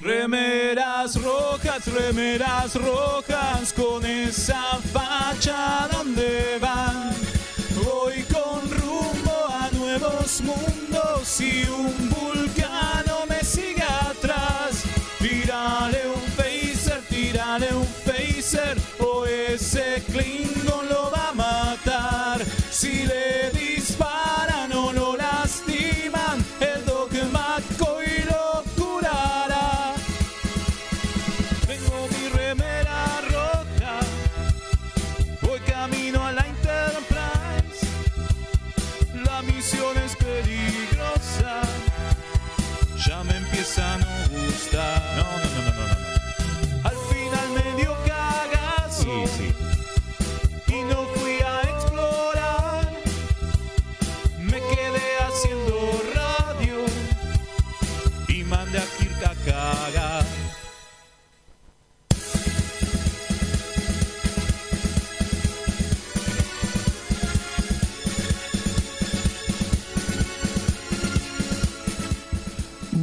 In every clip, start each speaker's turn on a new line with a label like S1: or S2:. S1: Remeras rojas, remeras rojas, con esa facha donde van. Voy con rumbo a nuevos mundos y un vulcano me sigue atrás. Tírale un phaser, tírale un phaser, o ese Klingon lo va a matar. Si le disparan o lo lastiman, el dogma y lo curará. Tengo mi remera roja, voy camino a la Enterprise. La misión es peligrosa, ya me empieza a no gustar. No, no, no, no, no. Al final me dio cagazo y no fui a explorar. Me quedé haciendo radio y mandé a Kirk a cagar.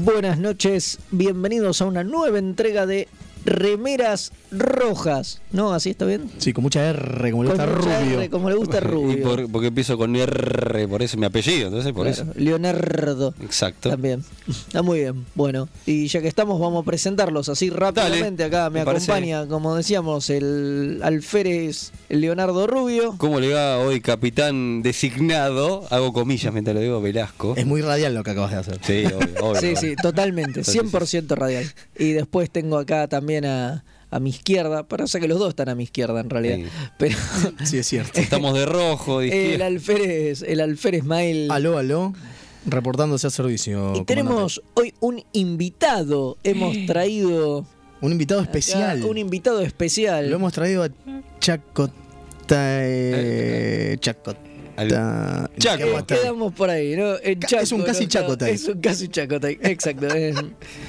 S2: Buenas noches, bienvenidos a una nueva entrega de Remeras Rojas. ¿No? ¿Así está bien?
S3: Sí, con mucha R, como le gusta
S2: Con mucha
S3: rubio.
S2: R, como le gusta
S4: Y
S2: Rubio.
S4: por- porque empiezo con R, por eso mi apellido, entonces por
S2: Claro,
S4: eso.
S2: Leonardo.
S4: Exacto.
S2: También. Está muy bien. Bueno, y ya que estamos, vamos a presentarlos así rápidamente. Acá me,
S4: me parece.
S2: acompaña, como decíamos, el alférez Leonardo Rubio.
S4: ¿Cómo le va hoy capitán designado? Hago comillas mientras lo digo, Velasco.
S3: Es muy radial lo que acabas de hacer.
S4: Sí, obvio, obvio.
S2: Sí, sí, totalmente,
S4: Sí, sí, sí.
S2: 100% radial. Y después tengo acá también a, a mi izquierda, parece que los dos están a mi izquierda en realidad,
S4: Sí.
S2: pero
S3: Sí, es cierto.
S4: Estamos de rojo, de
S2: el
S4: izquierda.
S2: alférez, el alférez Mael.
S3: Aló, aló, reportándose a servicio.
S2: Y tenemos hoy un invitado, hemos traído
S3: comandante. Un invitado
S2: acá
S3: especial.
S2: un invitado especial. Eh,
S3: Lo hemos traído a Chacota. eh, Chacota.
S4: Chaco.
S2: Eh, quedamos por ahí, ¿no? En
S3: Ca-
S2: Chaco,
S3: es un casi
S2: ¿no? Está-
S3: Chacotay.
S2: Es un casi chacotay, exacto. es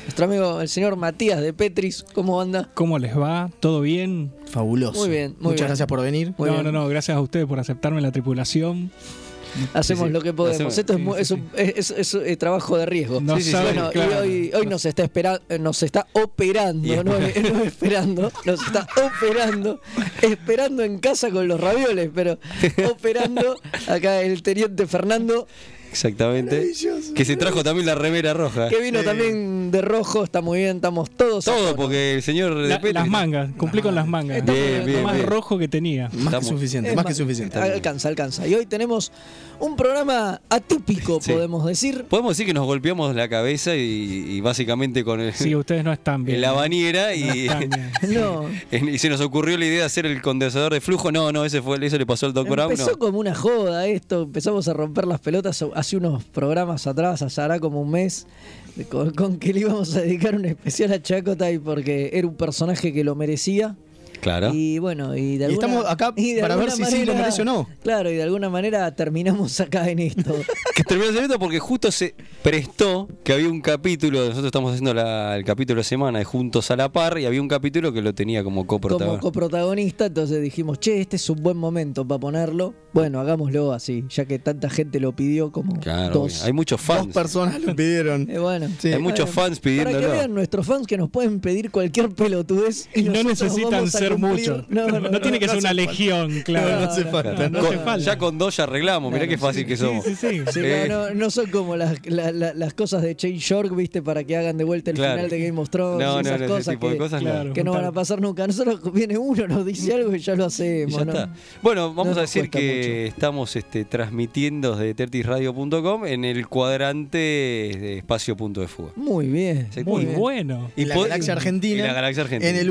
S2: nuestro amigo, el señor Matías de Petris, ¿cómo anda?
S5: ¿Cómo les va? ¿Todo bien?
S3: Fabuloso.
S2: Muy bien, muy
S3: Muchas
S2: bien.
S3: gracias por venir.
S2: Muy
S5: no,
S2: bien.
S5: no, no, gracias a ustedes por aceptarme la tripulación.
S2: Hacemos
S4: Sí, sí.
S2: lo que podemos.
S4: Hacemos-
S2: Esto es
S5: sí,
S2: mu-
S5: sí,
S2: es, un- es- es- es trabajo de riesgo.
S5: No
S4: Sí, sí, sí.
S5: saben,
S2: Bueno,
S5: claro.
S2: y hoy, hoy nos está esperando, nos está
S4: Y
S2: operando, no,
S4: espera-
S2: no esperando, nos está operando, esperando en casa con los ravioles, pero operando acá el teniente Fernando,
S4: Exactamente. Que se trajo también la remera roja.
S2: que vino también de rojo, está muy bien, estamos todos. a
S4: Ah, Todo,
S2: tono.
S4: porque el señor de
S5: La-
S4: Petri-
S5: las mangas, cumplí con las mangas.
S2: Bien,
S5: Lo
S4: bien,
S5: más
S4: bien.
S5: rojo que tenía.
S3: Más
S4: Estamos-
S3: que suficiente,
S2: Es
S3: más que suficiente.
S2: Alcanza, alcanza. Y hoy tenemos un programa atípico,
S4: Sí.
S2: podemos decir.
S4: Podemos decir que nos golpeamos la cabeza y, y básicamente con el,
S5: Sí, ¿eh? ustedes no están bien.
S4: el habanera y,
S5: No están bien.
S2: No.
S4: y se nos ocurrió la idea de hacer el condensador de flujo. No, no, ese fue, eso le pasó al doctor Brown.
S2: Empezó como una joda esto, empezamos a romper las pelotas hace unos programas atrás, allá hará como un mes, de- con, con que le íbamos a dedicar un especial a Chacotay porque era un personaje que lo merecía.
S4: Claro.
S2: Y bueno, y de
S3: Y
S2: alguna-
S3: estamos acá
S2: y de
S3: para ver
S2: alguna
S3: si sí lo merece o no.
S2: Claro, y de alguna manera terminamos acá en esto.
S4: Que terminó el evento porque justo se prestó que había un capítulo, nosotros estamos haciendo la- el capítulo de semana de Juntos a la Par, y había un capítulo que lo tenía como
S2: como
S4: coprotagonista.
S2: coprotagonista, entonces dijimos, che, este es un buen momento para ponerlo. Bueno, hagámoslo así, ya que tanta gente lo pidió como
S4: Claro,
S2: dos.
S4: obvio. hay muchos
S3: Dos
S4: fans.
S3: personas lo pidieron.
S2: Eh, bueno,
S3: Sí.
S4: Hay muchos
S2: Bueno, Para
S4: fans
S2: que
S4: pidiéndolo.
S2: vean nuestros fans que nos pueden pedir cualquier pelotudez.
S5: Y no
S2: nosotros
S5: necesitan
S2: vamos a
S5: ser
S2: cumplir.
S5: muchos.
S2: No, no, no.
S5: tiene que ser una legión, claro.
S2: No, no hace falta,
S5: No, no
S4: Con-
S5: hace falta.
S4: ya con dos ya arreglamos, mirá
S2: Claro,
S4: qué fácil que somos.
S5: Sí, sí, sí.
S2: Sí,
S4: Eh.
S2: no, no, no son como las, la- la- las cosas de Shane York, viste, para que hagan de vuelta el
S4: Claro.
S2: final de Game of Thrones
S4: No,
S2: y
S4: no,
S2: esas
S4: no, ese
S2: cosas,
S4: tipo
S2: que,
S4: de cosas no.
S5: claro.
S2: que no van a pasar nunca. Nosotros viene uno, nos dice algo y ya lo
S4: Y
S2: hacemos.
S4: ya
S2: ¿no?
S4: está. Bueno, vamos
S2: nos
S4: a decir
S2: cuesta
S4: que estamos este, transmitiendo desde tertisradio.com en el cuadrante de espacio punto de fuga.
S2: Muy bien.
S4: Sí,
S5: Muy
S2: bien.
S5: bueno.
S3: Y la
S4: pod-
S3: galaxia argentina.
S4: y la galaxia argentina. Ah.
S3: En el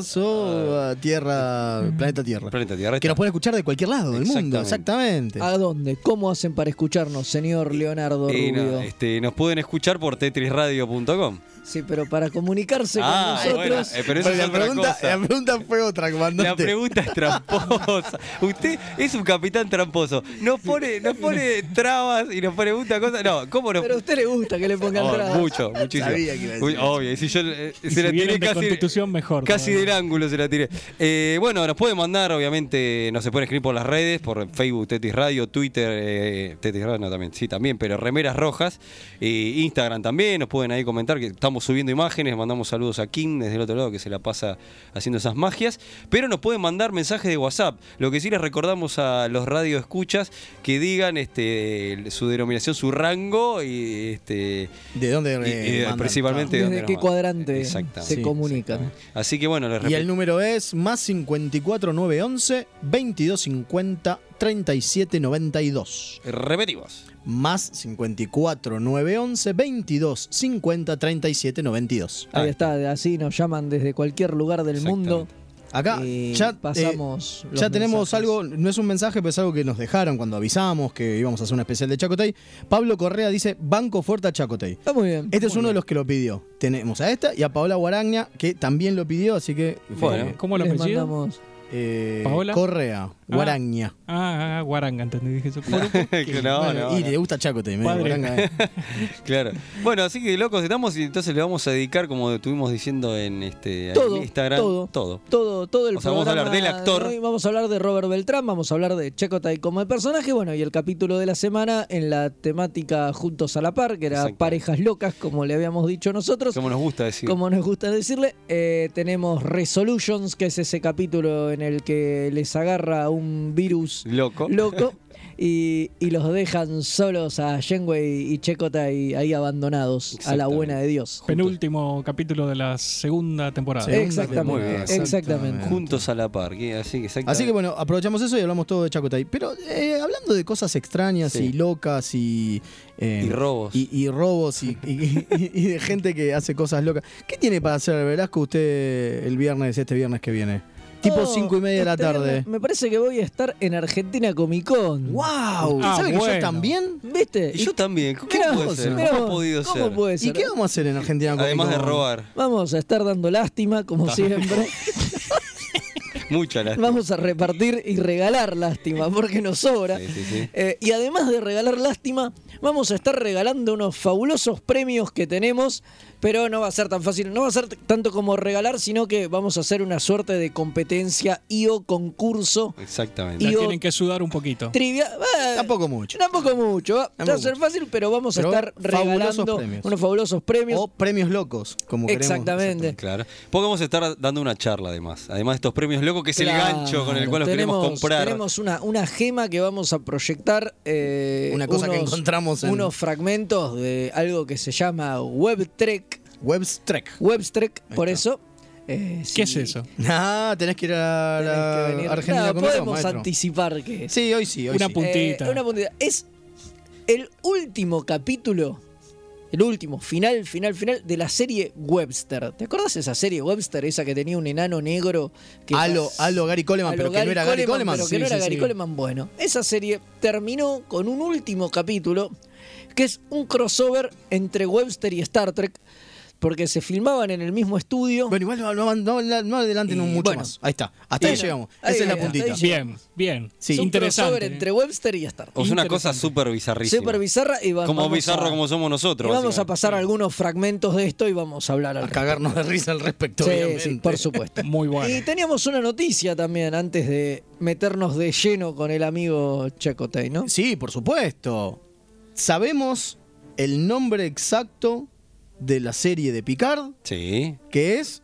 S3: universo, a Tierra, planeta Tierra.
S4: Planeta Tierra,
S3: Que
S4: está.
S3: nos pueden escuchar de cualquier lado del mundo, exactamente.
S2: ¿A dónde? ¿Cómo hacen para escucharnos, señor Leonardo
S4: Y no,
S2: Rubio?
S4: este, nos pueden escuchar por tetrisradio.com.
S2: Sí, pero para comunicarse
S4: Ah,
S2: con
S4: bueno,
S2: nosotros.
S4: eh, pero eso
S3: Pero
S4: es
S3: la,
S4: otra
S3: pregunta,
S4: cosa.
S3: la pregunta fue otra, comandante.
S4: La pregunta es tramposa. Usted es un capitán tramposo. Nos pone, nos pone trabas y nos pregunta cosas. No, ¿cómo nos.?
S2: Pero a usted le gusta que le pongan
S4: Oh,
S2: trabas.
S4: mucho, muchísimo.
S3: Sabía que iba a decir
S4: Uy,
S3: eso.
S4: obvio, y si yo eh,
S5: Y
S4: se
S5: si
S4: la
S5: vienen
S4: tiré
S5: de
S4: casi.
S5: Constitución, mejor
S4: Casi
S5: todavía.
S4: del ángulo se la tiré. Eh, bueno, nos puede mandar, obviamente, nos se pueden escribir por las redes, por Facebook, Tetis Radio, Twitter, eh, Tetis Radio no, también, sí, también, pero Remeras Rojas, eh, Instagram también, nos pueden ahí comentar que estamos estamos subiendo imágenes, mandamos saludos a Kim desde el otro lado que se la pasa haciendo esas magias, pero nos pueden mandar mensajes de WhatsApp. Lo que sí les recordamos a los radio escuchas que digan este su denominación, su rango y este
S3: ¿De dónde?
S4: y-
S3: eh,
S4: y,
S3: mandan?
S4: principalmente
S2: ¿Desde
S4: dónde nos
S2: qué
S4: mandan.
S2: cuadrante
S4: Exactamente.
S2: se
S3: Sí,
S2: comunican?
S4: Así que bueno, les
S3: Y el
S4: repito.
S3: número es más 54 911 2250 3792.
S4: Repetimos.
S3: Más 54 911 2250 3792.
S4: Ah,
S2: Ahí está, así nos llaman desde cualquier lugar del mundo.
S3: Acá
S2: y
S3: ya, eh,
S2: pasamos. los
S3: ya tenemos
S2: mensajes.
S3: algo, no es un mensaje, pero es algo que nos dejaron cuando avisamos que íbamos a hacer un especial de Chacotay. Pablo Correa dice Banco Fuerte a Chacotay.
S2: Está muy bien.
S3: Este es uno de los que lo pidió. Tenemos a esta y a Paola Guaragna, que también lo pidió, así que.
S4: Bueno.
S3: eh,
S5: ¿Cómo lo
S2: Les
S5: apellido?
S2: mandamos.
S3: eh,
S5: ¿Paola?
S3: Correa, Guaragna.
S5: Ah, ah, Guaranga, entendí. Dije eso. Por un poco.
S4: no,
S3: Bueno,
S4: no,
S3: y
S4: no.
S3: le gusta Chacotay, me
S5: Padre.
S3: Guaragna, eh.
S4: Claro. Bueno, así que locos estamos y entonces le vamos a dedicar, como estuvimos diciendo en este
S2: Todo,
S4: en Instagram,
S2: todo. Todo, todo el
S4: O sea, vamos a
S2: programa
S4: hablar del actor.
S2: de hoy, vamos a hablar de Robert Beltrán, vamos a hablar de Checotay como el personaje, bueno, y el capítulo de la semana en la temática Juntos a la Par, que era
S4: Exacto.
S2: parejas locas, como le habíamos dicho nosotros.
S4: Como nos gusta decir.
S2: Como nos gusta decirle, eh, tenemos Resolutions, que es ese capítulo en el que les agarra un virus
S4: Loco.
S2: loco y, y los dejan solos a Shenwei y Checotay ahí abandonados a la
S4: Exactamente.
S2: buena de Dios.
S5: Penúltimo capítulo de la segunda temporada.
S3: Segunda
S2: Exactamente,
S3: temporada.
S2: exactamente.
S4: Juntos a la par. que- Así que exactamente.
S3: Así que bueno, aprovechamos eso y hablamos todo de Chacotay. Pero eh, hablando de cosas extrañas
S4: Sí.
S3: y locas y. eh,
S4: Y robos.
S3: Y, y robos y, y- y- y de gente que hace cosas locas. ¿Qué tiene para hacer Velasco usted el viernes, este viernes que viene? Tipo
S2: Oh,
S3: cinco y media de la
S2: este
S3: tarde.
S2: viernes Me parece que voy a estar en Argentina Comic Con.
S3: ¡Wow!
S5: Ah,
S3: ¿Sabe que yo
S5: bueno.
S3: también?
S2: ¿Viste?
S4: Y yo también. ¿Cómo
S2: mirá
S4: puede
S2: vos,
S4: ser?
S2: mirá
S4: ¿Cómo ha
S2: vos,
S4: podido
S2: ¿cómo
S4: ser?
S2: puede
S3: ¿Y
S2: ser?
S3: qué vamos a hacer en Argentina? Comic
S4: Además de
S3: Con?
S4: robar.
S2: Vamos a estar dando lástima, como siempre.
S4: Mucha lástima.
S2: Vamos a repartir y regalar lástima, porque nos sobra.
S4: Sí, sí, sí.
S2: Eh, y además de regalar lástima, vamos a estar regalando unos fabulosos premios que tenemos, pero no va a ser tan fácil, no va a ser t- tanto como regalar, sino que vamos a hacer una suerte de competencia y o concurso
S4: Exactamente.
S5: La
S2: Y-
S5: tienen que sudar un poquito.
S2: trivia. eh,
S3: Tampoco mucho.
S2: Tampoco mucho, va va a
S3: Tampoco
S2: ser
S3: mucho.
S2: fácil, pero vamos a
S3: Pero
S2: estar
S3: fabulosos
S2: regalando
S3: premios.
S2: unos fabulosos premios.
S3: O premios locos, como queremos.
S2: Exactamente.
S4: Claro. Porque vamos a estar dando una charla además. Además de estos premios locos, que es el
S2: Claro,
S4: gancho con el cual los queremos
S2: tenemos-
S4: comprar.
S2: Tenemos una, una gema que vamos a proyectar. eh,
S3: Una cosa que encontramos en-
S2: Unos fragmentos de algo que se llama WebTrek.
S3: Webstrek.
S2: WebTrek, por eso. eh,
S5: ¿Qué es
S2: si
S5: eso?
S3: Ah, tenés que ir a
S2: tenés
S3: la
S2: que venir-
S3: Argentina
S2: Nada,
S3: Comic Con,
S2: podemos
S3: maestro.
S2: anticipar que es.
S3: Sí, hoy sí, hoy
S5: Una
S3: sí.
S5: pu- puntita.
S2: Eh, una puntita. Es el último capítulo, el último, final, final, final de la serie Webster. ¿Te acordás de esa serie Webster, esa que tenía un enano negro? Que
S3: A lo, a lo Gary Coleman,
S2: a lo
S3: pero que no era Gary Coleman.
S2: pero que no
S3: Sí,
S2: era
S3: sí,
S2: Gary
S3: sí.
S2: Coleman. Bueno, esa serie terminó con un último capítulo que es un crossover entre Webster y Star Trek, porque se filmaban en el mismo estudio.
S3: Bueno, igual no, no, no, no- no adelanten
S2: Y
S3: mucho
S2: bueno.
S3: más. Ahí está. Hasta ahí
S2: Bueno,
S3: llegamos.
S2: ahí
S3: Esa es la
S2: está,
S3: puntita.
S2: ahí llegamos.
S5: Bien, bien.
S3: Sí.
S2: es un crossover
S4: ¿eh?
S5: interesante.
S2: entre Webster y Star Trek.
S4: O sea, una
S5: Interesante.
S4: cosa súper bizarrísima.
S2: Súper bizarra y va-
S4: Como
S2: vamos
S4: bizarro
S2: a-
S4: como somos nosotros.
S2: Y vamos a
S4: básicamente.
S2: pasar algunos fragmentos de esto y vamos a hablar al
S3: A cagarnos de risa al respecto,
S2: Sí,
S3: obviamente.
S2: sí, por supuesto.
S5: Muy
S2: Y
S5: bueno.
S2: teníamos una noticia también antes de meternos de lleno con el amigo Chacotay, ¿no?
S3: Sí, por supuesto. Sabemos el nombre exacto de la serie de Picard,
S4: Sí.
S3: que es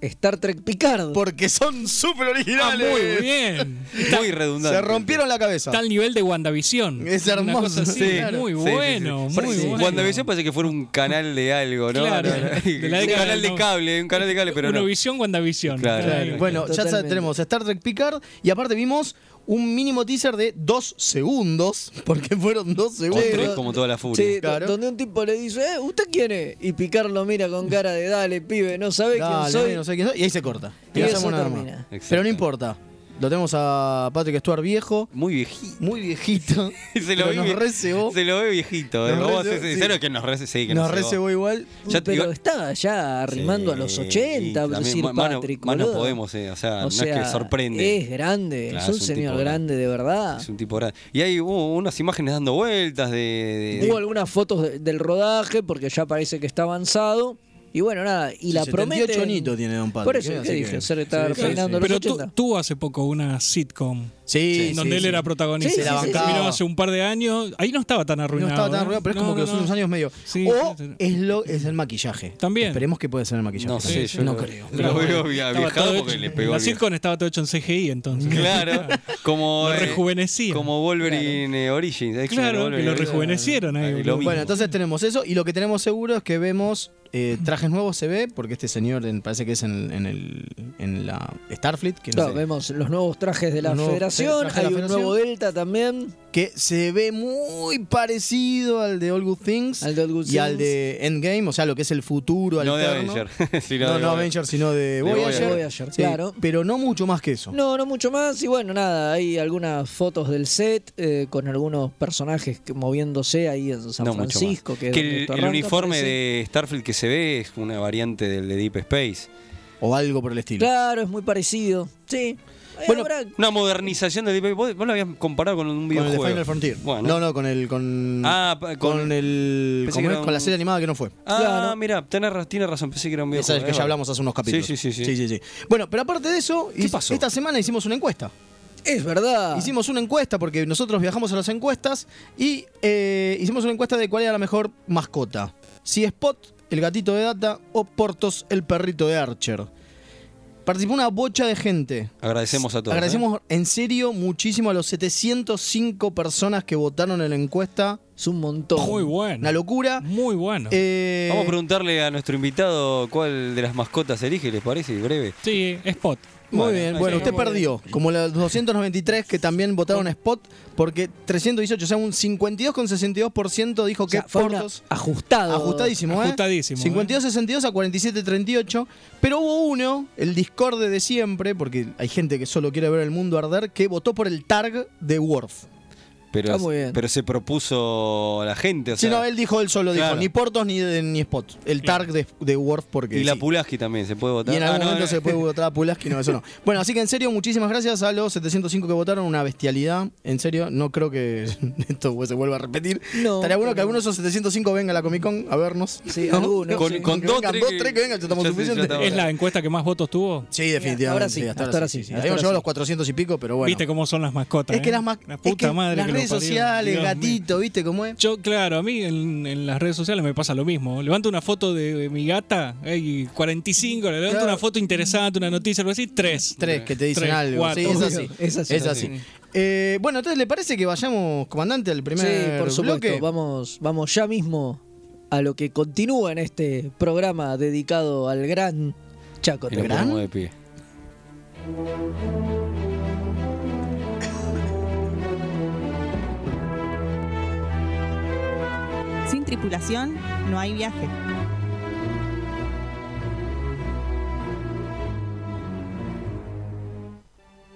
S2: Star Trek Picard.
S3: Porque son súper
S5: Ah,
S3: originales.
S5: muy bien.
S4: Muy redundante.
S3: Se rompieron la cabeza.
S5: Está al nivel de WandaVision.
S3: Es
S5: Una
S3: hermoso,
S5: cosa así.
S3: sí.
S5: Muy
S4: Sí, sí, sí.
S5: bueno, muy
S4: Parece-
S5: bueno.
S4: WandaVision parece que fuera un canal de algo, ¿no?
S5: Claro,
S4: No, no, no.
S5: de la década
S4: un canal
S5: del
S4: de
S5: no-
S4: cable, un canal de cable, pero no.
S5: Unovisión, WandaVision.
S4: Claro.
S5: Claro.
S3: Bueno, ya sa-
S2: Totalmente.
S3: tenemos Star Trek Picard y aparte vimos un mínimo teaser de dos segundos, porque fueron dos
S4: O
S3: segundos.
S4: tres como toda la furia.
S2: Sí, do-
S3: Claro.
S2: donde un tipo le dice, eh, ¿usted quién es? Y Picard lo mira con cara de, dale, pibe, no sabe
S3: Dale,
S2: quién soy.
S3: no sé quién soy. Y ahí se corta.
S2: Y
S3: no
S2: eso
S3: hacemos nada más.
S2: termina.
S3: Pero no importa. Lo tenemos a Patrick Stuart viejo,
S4: Muy viejito.
S3: muy viejito.
S4: Se lo,
S3: pero
S4: ve,
S3: nos
S4: vie-
S3: recebó.
S4: se lo ve viejito. ¿eh?
S3: Nos
S4: Vos
S3: recebó,
S4: haces-
S3: sí.
S4: ¿sabes que nos rece- sí, que
S3: Nos
S4: nos cebó.
S3: recebó igual.
S4: Ya te
S2: pero
S4: digo-
S2: está ya arrimando
S4: Sí,
S2: a los
S4: y
S2: 80,
S4: también,
S2: Sir
S4: ma- mano-
S2: Patrick.
S4: Más no
S2: boludo.
S4: podemos, eh, o sea,
S2: O
S4: no es
S2: sea,
S4: que sorprende.
S2: Es grande,
S4: Claro,
S2: es un,
S4: es un
S2: señor
S4: tipo
S2: grande, de verdad.
S4: Es un tipo grande. Y hay hubo unas imágenes dando vueltas de. de- de-
S2: Hubo algunas fotos de- del rodaje porque ya parece que está avanzado. Y bueno, nada, y
S3: Sí,
S2: la
S3: 78
S2: prometen...
S3: añitos tiene Don Patrick,
S2: Por eso,
S3: ¿eh?
S2: ¿qué
S3: Así
S2: dije?
S3: que-
S2: Ser estar
S3: Sí, sí,
S2: peinando los
S5: Pero tú-
S2: 80.
S5: tuvo hace poco una sitcom
S3: Sí, sí,
S5: donde él
S3: sí.
S5: era protagonista.
S2: Sí, sí, Se la sí, sí. bancaba.
S5: Terminó hace un par de años. Ahí no estaba tan
S3: No
S5: arruinado.
S3: estaba tan
S5: ¿eh?
S3: arruinado, pero es como
S5: No,
S3: que
S5: no,
S3: los unos
S5: no.
S3: años medio.
S5: Sí,
S3: o
S5: sí, sí.
S3: es, lo, es el maquillaje.
S5: También.
S3: Esperemos que pueda ser el maquillaje.
S4: No sé,
S3: también.
S4: yo
S3: no
S4: lo-
S3: creo.
S4: Lo veo
S5: Estaba
S4: viajado
S5: todo
S4: porque
S5: hecho-
S4: le pegó.
S5: La
S4: al viejo.
S5: sitcom estaba todo hecho en CGI entonces.
S4: Claro, como.
S5: Lo
S4: eh,
S5: rejuvenecía.
S4: Como Wolverine eh, Origins. X-Men
S5: Claro, que
S4: Wolverine
S5: lo
S4: Origins.
S5: rejuvenecieron ahí.
S4: Ahí
S5: boludo.
S4: lo vi.
S3: Bueno, entonces tenemos eso y lo que tenemos seguro es que vemos eh, trajes nuevos, se ve, porque este señor en- parece que es en, en el, en la Starfleet, que, no
S2: Claro,
S3: sé,
S2: vemos los nuevos trajes de la
S3: Los nuevos
S2: federación,
S3: trajes de la
S2: hay un
S3: federación.
S2: nuevo Delta también,
S3: que se ve muy parecido al de All Good Things
S2: al de Old Good
S3: y al
S2: Things.
S3: de Endgame, o sea, lo que es el futuro
S4: No de
S3: alterno.
S4: Avenger. sino
S3: No,
S4: de
S3: no
S4: Wolverine.
S3: Avengers, sino de
S4: De
S3: Voyager.
S2: Voyager,
S3: Sí,
S2: claro.
S3: Pero no mucho más que eso.
S2: No, no mucho más. Y bueno, nada, hay algunas fotos del set eh, con algunos personajes que- moviéndose ahí en San
S4: No mucho más.
S2: Francisco. Que, es
S4: Que
S2: donde
S4: el,
S2: esto
S4: el
S2: arranca,
S4: uniforme
S2: parece.
S4: de Starfield que se ve es una variante del de Deep Space.
S2: Eh,
S3: O algo por el estilo.
S2: Claro, es muy parecido. Sí. Eh,
S3: Bueno,
S2: habrá-
S4: Una modernización de Deep Space. Vos, vos lo habías comparado con un
S3: Con el de
S4: videojuego.
S3: Final Frontier.
S4: Bueno.
S3: No, no, con el. Con,
S4: Ah, pa-
S3: con,
S4: con-
S3: el.
S4: pensé
S3: ¿cómo
S4: que
S3: es?
S4: era
S3: Con la
S4: un-
S3: serie animada que no fue.
S4: Ah,
S2: Claro.
S4: mira, tenés, ra- tienes razón, pensé que era un
S3: Esa
S4: videojuego.
S3: es que
S4: Es
S3: ya
S4: verdad.
S3: hablamos hace unos capítulos.
S4: Sí, sí, sí, sí.
S3: Bueno, pero aparte de eso,
S4: ¿Qué
S3: his-
S4: pasó?
S3: esta semana hicimos una encuesta.
S2: es verdad.
S3: Hicimos una encuesta porque nosotros viajamos a las encuestas y eh, hicimos una encuesta de cuál era la mejor mascota. Si Spot, el gatito de Data, o Portos, el perrito de Archer. Participó una bocha de gente.
S4: Agradecemos a todos. ¿eh?
S3: Agradecemos en serio muchísimo a los 705 personas que votaron en la encuesta.
S2: Es un montón.
S5: Muy
S3: Una
S5: bueno.
S3: locura.
S5: Muy bueno.
S3: Eh,
S4: Vamos a preguntarle a nuestro invitado cuál de las mascotas elige, ¿les parece? Breve.
S5: Sí, spot.
S3: Muy
S4: Bueno,
S3: bien,
S4: ahí
S3: bueno,
S4: está.
S3: usted perdió, como los 293 que también votaron a Spot, porque 318, o sea, un 52,62% dijo
S2: O sea,
S3: que
S2: fue una-
S3: Portos...
S2: ajustado.
S3: Ajustadísimo, ¿eh?
S5: Ajustadísimo,
S3: 52-62 a 47-38. Pero hubo uno, el discorde de siempre, porque hay gente que solo quiere ver el mundo arder, que votó por el tag de Worf.
S4: Pero,
S2: Está muy bien.
S4: pero se propuso la gente. O
S3: si
S4: sea,
S3: no, él dijo, él solo
S4: claro.
S3: dijo, ni Portos ni, de- ni Spot. El targ de, de Worf porque
S4: y la
S3: sí.
S4: Pulaski también, se puede votar.
S3: Y en
S4: Ah,
S3: algún
S4: no,
S3: momento
S4: no.
S3: se puede votar a Pulaski, no, eso no. Bueno, así que en serio, muchísimas gracias a los 705 que votaron, una bestialidad. En serio, no creo que esto se vuelva a repetir.
S2: No,
S3: Estaría bueno que
S2: pero-
S3: alguno de esos 705 venga a la Comic Con a vernos.
S2: Sí,
S3: ¿No?
S2: alguno.
S4: Con-
S2: sí.
S4: con-
S3: Aunque
S4: dos,
S3: vengan
S4: tres
S3: dos,
S4: que-
S3: tres que vengan, ya estamos
S4: ya se- ya
S3: suficientes.
S4: estamos.
S5: ¿Es la encuesta que más votos tuvo?
S3: Sí, definitivamente.
S2: Ahora sí, hasta ahora sí, hasta
S3: Habíamos
S2: ahora
S3: llegado a
S2: sí.
S3: los 400 y pico, pero bueno.
S5: Viste cómo son las mascotas.
S3: es que
S5: eh?
S3: las, ma-
S5: La
S3: es
S5: puta
S3: que
S5: madre
S3: las
S5: que lo
S3: redes
S5: parió.
S3: sociales,
S5: Dios mío.
S3: gatito, ¿viste cómo es?
S5: Yo, claro, a mí en, en las redes sociales me pasa lo mismo. Levanto una foto de, de mi gata, hay 45, le levanto
S3: Claro.
S5: una foto interesante, una noticia, algo así, tres.
S3: Tres que te dicen
S5: Tres,
S3: algo.
S5: cuatro.
S3: Sí, es
S2: Obvio,
S3: así.
S2: es así.
S3: Es así. Eh, bueno, entonces, ¿le parece que vayamos, comandante, al primer
S2: Sí, por supuesto.
S3: bloque?
S2: Vamos, vamos ya mismo a lo que continúa en este programa dedicado al gran
S4: Y
S2: Chacote.
S4: nos
S3: ¿Gran?
S4: ponemos de pie.
S6: Sin tripulación no hay viaje.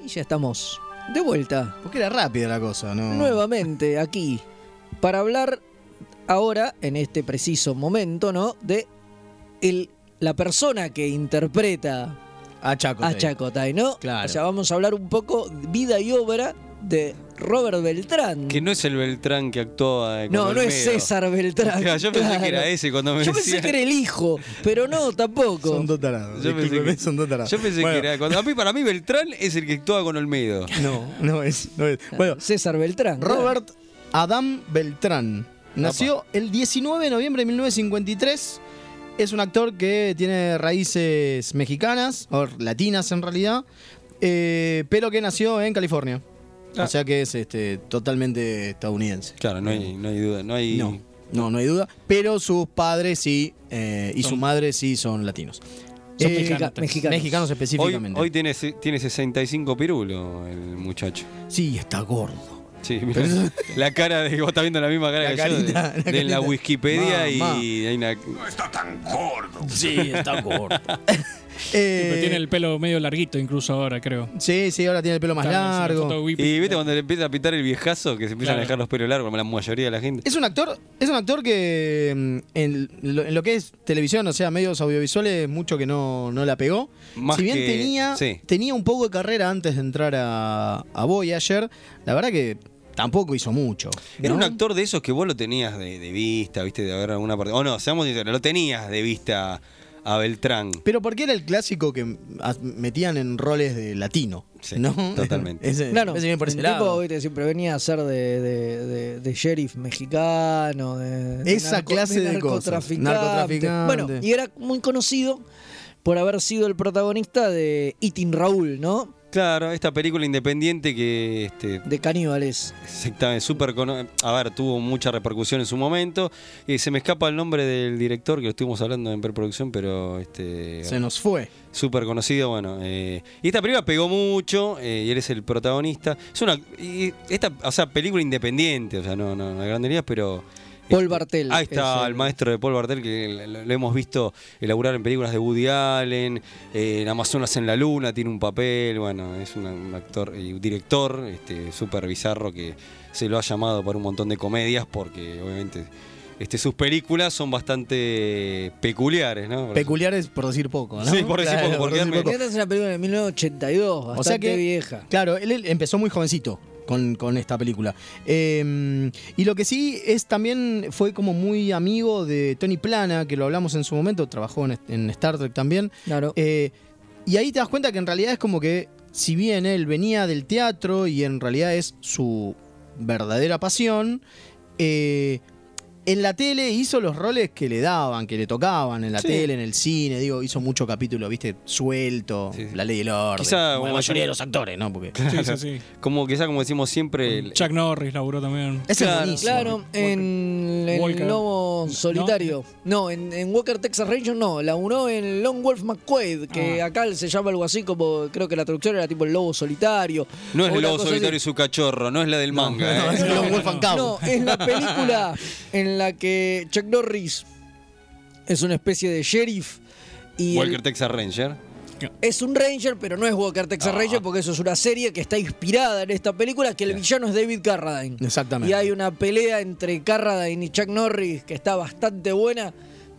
S2: Y ya estamos de vuelta
S3: Porque era rápida la cosa,
S4: Mm.
S3: ¿no?
S2: nuevamente aquí para hablar ahora, en este preciso momento, ¿no? De el, la persona que interpreta
S3: A Chaco.
S2: a Chacotay, ¿no?
S3: Claro.
S2: O sea, vamos a hablar un poco de vida y obra de Robert Beltrán.
S4: Que no es el Beltrán que actuaba. eh, con
S2: no, no es
S4: Olmedo.
S2: César Beltrán.
S4: Claro, yo pensé que era
S2: claro.
S4: ese cuando me
S2: Yo
S4: decía.
S2: pensé que era el hijo, pero no, tampoco.
S3: Son dos tarados.
S4: Yo pensé
S3: discúlpeme,
S4: que-
S3: son dos tarados.
S4: Yo pensé
S3: Bueno,
S4: que era. cuando- a mí, para mí, Beltrán es el que actuaba con Olmedo.
S3: No, no es, no es. Bueno,
S2: César Beltrán. claro.
S3: Robert Adam Beltrán. Nació el 19 de noviembre de 1953. Es un actor que tiene raíces mexicanas, o latinas en realidad, eh, pero que nació en California.
S4: Ah.
S3: O sea que es este, totalmente estadounidense.
S4: Claro, no hay, no hay duda. No hay.
S3: No, no, no hay duda. Pero sus padres sí, eh, y
S5: Son-
S3: su madre sí son latinos.
S2: Son
S3: Eh,
S2: mexica-
S5: mexicanos.
S2: mexicanos.
S3: mexicanos
S4: Hoy,
S3: específicamente.
S4: hoy tiene, se- tiene 65 pirulos el muchacho.
S3: Sí, está gordo.
S4: Sí, mirá. la cara de. Vos estás viendo la misma
S3: La
S4: cara que yo de-
S3: carita, la
S4: de,
S3: carita.
S4: la Wikipedia
S3: Mamá.
S4: y hay una.
S3: Sí, está gordo.
S5: Pero tiene el pelo medio larguito incluso ahora, creo.
S3: Eh, Sí, sí, ahora tiene el pelo más
S5: Está en esa foto
S3: largo.
S5: Whippy.
S4: Y viste cuando le empieza a pitar el viejazo que se empiezan
S5: Claro.
S4: a dejar los pelos largos, como la mayoría de la gente.
S3: Es un actor, es un actor que mm, en lo, en lo que es televisión, o sea, medios audiovisuales, mucho que no, no la pegó.
S4: Más
S3: si bien
S4: que-
S3: tenía,
S4: sí.
S3: tenía un poco de carrera antes de entrar a, a Voyager, la verdad que tampoco hizo mucho.
S4: Era
S3: ¿no?
S4: un actor de esos que vos lo tenías de, de vista, viste, de haber alguna parte. O no, seamos sinceros, lo tenías de vista a Beltrán.
S3: Pero porque era el clásico que as- metían en roles de latino.
S4: Sí,
S3: ¿no?
S4: totalmente.
S3: Ese-
S2: Claro,
S3: ese viene por
S2: el
S3: ese
S2: tipo
S3: lado.
S2: viste, siempre venía a ser de, de- de- de sheriff mexicano, de, de
S3: Esa clase de cosas.
S2: narcotraficante.
S3: Narcotraficante.
S2: Bueno, y era muy conocido por haber sido el protagonista de Itin Raúl, ¿no?
S4: Claro, esta película independiente que este,
S2: De caníbales.
S4: Exactamente, súper cono- A ver, tuvo mucha repercusión en su momento. Y se me escapa el nombre del director, que lo estuvimos hablando en preproducción, pero este
S3: Se nos fue.
S4: súper conocido, bueno. eh, y esta película pegó mucho, eh, y él es el protagonista. Es una y esta, o sea, película independiente, o sea, no, no, no granderías, pero.
S2: Paul
S4: este,
S2: Bartel
S4: Ahí
S2: es
S4: está
S2: el-
S4: el... maestro de Paul Bartel, que lo, lo hemos visto elaborar en películas de Woody Allen, eh, en Amazonas en la Luna tiene un papel, bueno, es un, un actor y un director este, súper bizarro que se lo ha llamado para un montón de comedias porque obviamente este, sus películas son bastante peculiares, ¿no?
S3: Peculiares por decir poco, ¿no?
S4: Sí, por decir poco, porque
S3: decir
S4: me-
S3: poco.
S2: Esta es una película de 1982, bastante
S3: O sea que,
S2: vieja.
S3: Claro, él, él empezó muy jovencito con, con esta película. Eh, y lo que sí es también fue como muy amigo de Tony Plana, que lo hablamos en su momento, trabajó en, en Star Trek también.
S2: Claro.
S3: Eh, y ahí te das cuenta que en realidad es como que, si bien él venía del teatro y en realidad es su verdadera pasión, eh, en la tele hizo los roles que le daban, que le tocaban, en la
S4: Sí.
S3: tele, en el cine, digo, hizo mucho capítulo, viste, suelto,
S4: Sí, sí.
S3: la ley del orden,
S4: Quizá
S3: como la
S4: como-
S3: mayoría de los actores, ¿no? Porque
S5: Sí, sí, sí.
S4: Como quizá como decimos siempre, el-
S5: Chuck Norris laburó también.
S3: ese
S4: Claro,
S3: es buenísimo.
S2: Claro, en el
S5: Walker.
S2: Lobo Solitario. No, en, en Walker Texas Ranger no, la unió en Lone Wolf McQuaid, que acá se llama algo así como, creo que la traducción era tipo el Lobo Solitario.
S4: no
S2: o
S4: es el
S2: una
S4: lobo
S2: cosa
S4: solitario y
S2: así.
S4: su cachorro, no es la del manga.
S3: No,
S4: ¿eh?
S3: es
S5: No,
S3: Lone Wolf
S5: no,
S3: and
S5: no.
S3: Cub.
S2: No, es la película en la que Chuck Norris es una especie de sheriff y
S4: Walker
S2: el-
S4: Texas Ranger.
S2: es un ranger, pero no es Walker Texas
S4: Ah.
S2: Ranger porque eso es una serie que está inspirada en esta película, que el villano es David Carradine.
S3: Exactamente.
S2: Y hay una pelea entre Carradine y Chuck Norris que está bastante buena.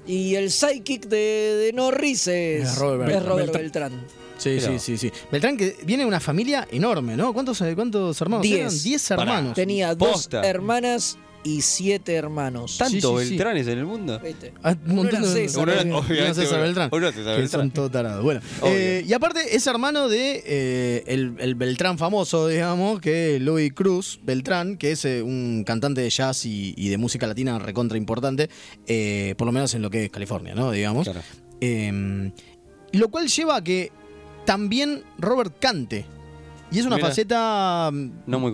S2: Y el sidekick de, de Norris es,
S3: Es Robert
S2: es Robert
S5: Beltrán.
S2: Beltrán.
S3: Sí, sí,
S4: Pero-
S3: sí, sí. Beltrán que viene de una familia enorme, ¿no? ¿Cuántos, cuántos hermanos?
S2: Diez.
S3: eran? Diez
S4: Pará.
S3: hermanos.
S2: Tenía
S4: Posta.
S2: dos hermanas y siete hermanos.
S3: Sí,
S4: ¿Tanto
S3: sí, sí.
S4: Beltranes en el mundo?
S2: ¿Viste?
S3: Ah, Un
S2: Uno
S3: montón
S2: era
S3: de-
S2: César,
S4: Uno era-
S2: obviamente.
S4: obviamente,
S3: Uno era César
S4: uno-
S3: Beltrán.
S4: uno era César
S3: que
S4: Beltrán.
S3: son todos tarados. Bueno,
S4: Obvio.
S3: eh, y aparte es hermano de eh, el, el Beltrán famoso, digamos, que es Louis Cruz Beltrán, que es eh, un cantante de jazz y, y de música latina recontra importante, eh, por lo menos en lo que es California, ¿no? Digamos.
S4: Claro.
S3: Eh, lo cual lleva a que también Robert cante. Y es una
S4: Mirá.
S3: faceta mm,
S4: No muy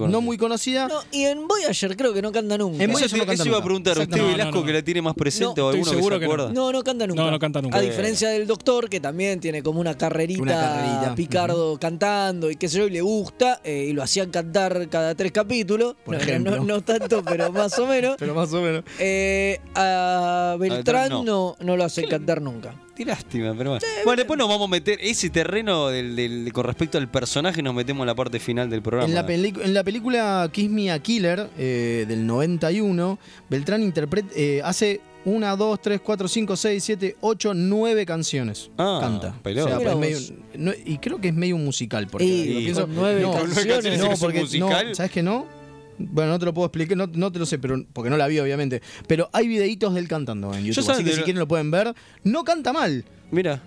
S3: conocida.
S4: conocida.
S2: No, y en Voyager creo que no canta nunca.
S3: En
S4: Eso,
S3: Voyager
S4: te-
S3: no canta
S4: eso iba a
S3: nunca.
S4: preguntar.
S5: No,
S4: ¿Usted
S5: no,
S4: Velasco
S5: no.
S4: que la tiene más presente
S2: No,
S4: o
S5: estoy
S4: alguno que se
S5: seguro que no.
S4: acuerda?
S2: No, no canta nunca.
S5: No, no canta nunca.
S2: A diferencia del doctor, que también tiene como una carrerita,
S3: Una carrerita.
S2: Picardo cantando y qué sé yo, y le gusta, eh, y lo hacían cantar cada tres capítulos.
S3: Por
S2: No, no,
S3: ejemplo.
S2: no- no tanto, pero más o menos.
S3: Pero más o menos.
S2: Eh, a Beltrán
S4: no.
S2: no, no lo hacen cantar nunca.
S4: Qué lástima, pero bueno. Bueno, después nos vamos a meter ese terreno del, del- con respecto al personaje, nos metemos en la parte final del programa.
S3: En la, pelicu- en la película Kiss Me a Killer eh, del 91, Beltrán interpreta, hace 1, 2, 3, 4, 5, 6, 7, 8, 9 canciones.
S4: Ah,
S3: Canta.
S4: pelota.
S3: O sea,
S2: Mira
S3: pues, medio-
S2: vos.
S3: no- y creo que es medio un musical. Porque
S2: Y
S3: lo
S4: con
S3: pienso-
S2: nueve
S3: no,
S2: canciones.
S4: ¿Decir
S3: No,
S4: que es un
S3: porque no,
S4: musical?
S3: ¿sabes que no? Bueno, no te lo puedo explicar, no, no te lo sé, pero porque no la vi, obviamente. Pero hay videitos del cantando en YouTube,
S4: sabes
S3: así que
S4: que
S3: si
S4: lo-
S3: quieren lo pueden ver. No canta mal,
S4: Mira.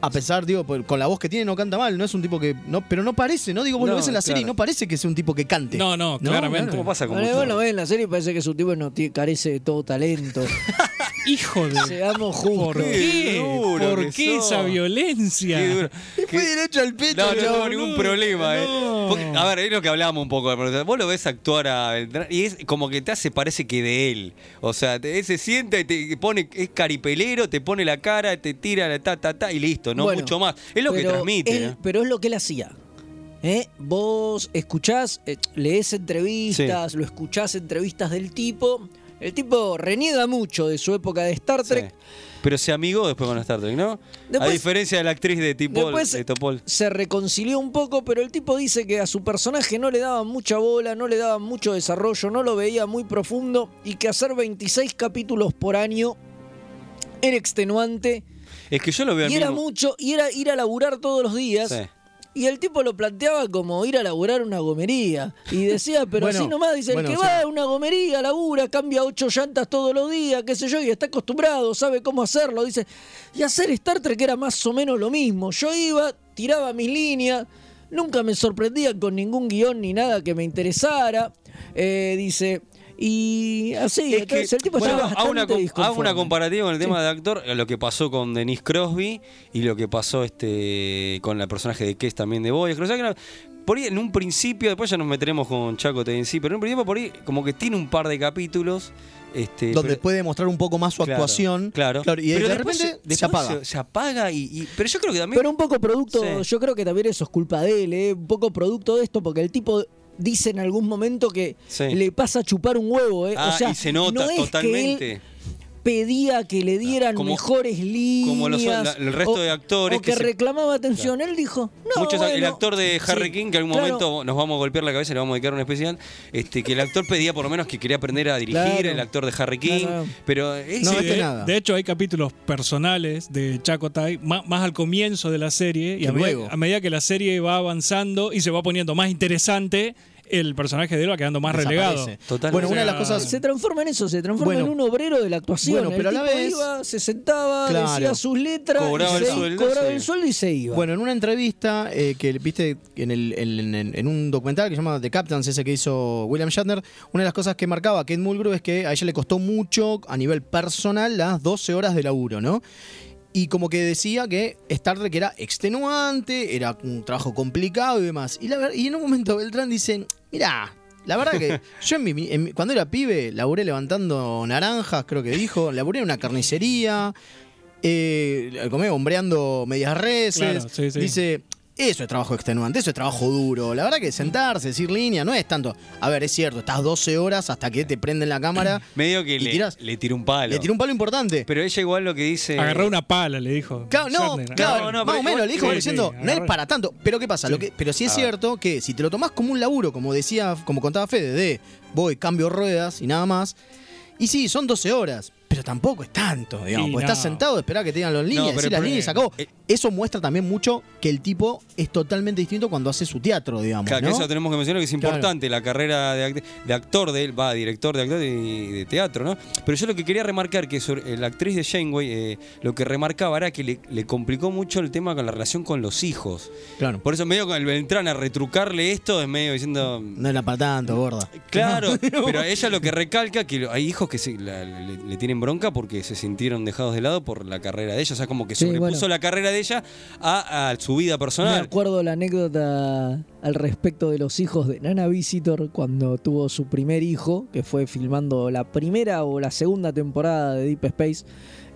S3: a pesar, digo, por- con la voz que tiene no canta mal, no es un tipo que. No, pero no parece, ¿no? Digo, vos lo
S4: No,
S3: ves en la serie y
S4: claro.
S3: no parece que sea un tipo que cante.
S5: No, no, claramente.
S4: ¿Cómo pasa con
S2: Bueno, vos
S4: mucho?
S2: lo ves en la serie y parece que es un tipo que no tiene- carece de todo talento.
S5: Hijo de.
S2: Seamos
S5: ¿Por
S2: justos.
S5: qué?
S4: duro
S5: ¿Por
S4: que
S5: qué
S4: sos.
S5: esa violencia?
S4: Qué duro.
S3: Y fue derecho al pecho.
S4: No, no
S3: chabón.
S4: tuvo ningún problema. eh.
S5: no.
S4: Porque, a ver, es lo que hablábamos un poco. pero Vos lo ves actuar a Beltrán y es como que te hace, parece que de él. O sea, te- él se sienta y te pone, es caripelero, te pone la cara, te tira la ta, ta, ta y listo, no
S2: Bueno,
S4: mucho más. Es lo que
S2: pero
S4: transmite.
S2: él-
S4: ¿eh?
S2: Pero es lo que él hacía. ¿Eh? Vos escuchás, eh, lees entrevistas, lo escuchás entrevistas del tipo. El tipo reniega mucho de su época de Star
S4: Sí.
S2: Trek.
S4: Pero se amigó después con Star Trek, ¿no?
S2: Después-
S4: a diferencia de la actriz de Tipol,
S2: Después
S4: de Topol.
S2: se reconcilió un poco, pero el tipo dice que a su personaje no le daban mucha bola, no le daban mucho desarrollo, no lo veía muy profundo y que hacer 26 capítulos por año era extenuante
S4: Es que yo lo veo al
S2: y era
S4: mismo-
S2: mucho y era ir a laburar todos los días.
S4: Sí.
S2: Y el tipo lo planteaba como ir a laburar una gomería. Y decía, pero
S3: Bueno,
S2: así nomás, dice,
S3: bueno,
S2: el que
S3: sí.
S2: va a una gomería, labura, cambia ocho llantas todos los días, qué sé yo, y está acostumbrado, sabe cómo hacerlo. Dice, y hacer Star Trek era más o menos lo mismo. Yo iba, tiraba mis líneas, nunca me sorprendía con ningún guión ni nada que me interesara. Eh, dice, y así,
S4: Es
S2: entonces
S4: que,
S2: el tipo
S4: bueno,
S2: estaba
S4: hago una,
S2: bastante
S4: com- hago una
S2: disconforme.
S4: comparativa con el tema de actor, eh, lo que pasó con Denise Crosby y lo que pasó este con el personaje de Kess también de Boyes. Creo que no- por ahí en un principio, después ya nos meteremos con Chaco en sí, pero en un principio por ahí como que tiene un par de capítulos. Este,
S3: donde
S4: pero-
S3: puede mostrar un poco más su
S4: claro,
S3: actuación.
S4: Claro.
S3: y
S4: Pero
S3: de
S4: después
S3: repente
S4: después
S3: se apaga.
S4: Se, apaga y, y- Pero yo creo que también.
S2: Pero un poco producto,
S4: Sí.
S2: yo creo que también eso es culpa de él, ¿eh? un poco producto de esto, porque el tipo dice en algún momento que
S4: Sí.
S2: le pasa a chupar un huevo, ¿eh?
S4: Ah,
S2: o sea,
S4: y se nota
S2: no es
S4: totalmente.
S2: Que él pedía que le dieran
S4: Como-
S2: mejores líneas.
S4: como los- la- el resto de actores
S2: o que,
S4: que se-
S2: reclamaba atención. Él dijo, no,
S4: Muchos- el
S2: bueno,
S4: actor de Harry
S2: sí,
S4: King, que en algún
S2: claro,
S4: momento nos vamos a golpear la cabeza y le vamos a dedicar un especial, este, que el actor pedía por lo menos que quería aprender a dirigir,
S2: Claro.
S4: el actor de Harry King,
S2: Claro.
S4: pero él
S3: No,
S4: sí-
S5: Sí,
S3: este
S5: de,
S3: nada.
S5: de hecho, hay capítulos personales de Chacotai más, más al comienzo de la serie. Y
S3: Que
S5: a medida,
S3: luego.
S5: a medida que la serie va avanzando y se va poniendo más interesante, el personaje de él va quedando más Ah, relegado.
S3: Desaparece.
S4: Totalmente. Ah.
S3: Bueno,
S5: O
S3: una de las
S5: sea,
S3: cosas.
S2: Se transforma en eso, se transforma
S3: Bueno.
S2: en un obrero de la actuación.
S3: Bueno, pero
S2: el
S3: a la
S2: tipo
S3: vez-
S2: iba, se sentaba,
S3: Claro.
S2: decía sus letras,
S4: Cobraba
S2: y
S4: el
S2: se-
S4: sueldo,
S2: cobraba
S4: sí.
S2: el sueldo y se iba.
S3: Bueno, en una entrevista eh, que viste en, el- en- en- en un documental que se llama The Captains, ese que hizo William Shatner, una de las cosas que marcaba Kate Mulgrew es que a ella le costó mucho a nivel personal las 12 horas de laburo, ¿no? Y como que decía que Star Trek era extenuante, era un trabajo complicado y demás. Y, la ver- y en un momento Beltrán dice, mirá, la verdad que yo en mi- en mi- cuando era pibe laburé levantando naranjas, creo que dijo, laburé en una carnicería, eh, comé hombreando medias reses.
S5: Claro, sí, sí.
S3: Dice, eso es trabajo extenuante, eso es trabajo duro. La verdad que sentarse, decir línea, no es tanto. A ver, es cierto, estás 12 horas hasta que te prenden la cámara.
S4: medio que
S3: y
S4: le,
S3: tirás.
S4: le tiró un palo.
S3: Le tiró un palo importante.
S4: Pero ella igual lo que dice...
S5: Agarró una pala, le dijo.
S3: Claro, no,
S5: Shatner.
S3: claro,
S4: No, no,
S3: más
S4: pero
S3: o menos,
S4: igual-
S3: le dijo
S5: sí,
S3: diciendo,
S5: sí,
S3: no es
S5: agarré.
S3: para tanto. Pero ¿qué pasa? Lo que, pero sí es
S4: Ah.
S3: cierto que si te lo tomás como un laburo, como decía, como contaba Fede, de voy, cambio ruedas y nada más. Y sí, son 12 horas, pero tampoco es tanto, digamos.
S5: Y
S3: porque
S5: no.
S3: estás sentado, esperá que te digan las líneas,
S4: pero
S3: decís
S4: el
S3: las
S4: problema-
S3: líneas y se acabó.
S4: eh,
S3: Eso muestra también mucho que el tipo es totalmente distinto cuando hace su teatro, digamos.
S4: Claro, que
S3: ¿no?
S4: eso tenemos que mencionar que es
S3: Claro.
S4: importante la carrera de, act- de actor de él, va, director de actor y de teatro, ¿no? Pero yo lo que quería remarcar, que sobre- eh, la actriz de Janeway, eh, lo que remarcaba era que le, le complicó mucho el tema con la relación con los hijos.
S3: Claro.
S4: Por eso medio con el Beltrán a retrucarle esto es medio diciendo...
S3: No era para tanto, gorda.
S4: Claro, pero ella lo que recalca que lo- hay hijos que se- la- le, le tienen bronca porque se sintieron dejados de lado por la carrera de ella. O sea, como que
S2: Sí,
S4: sobrepuso
S2: bueno.
S4: la carrera de ella a, a su vida
S2: Me
S4: personal.
S2: acuerdo la anécdota al respecto de los hijos de Nana Visitor cuando tuvo su primer hijo, que fue filmando la primera o la segunda temporada de Deep Space.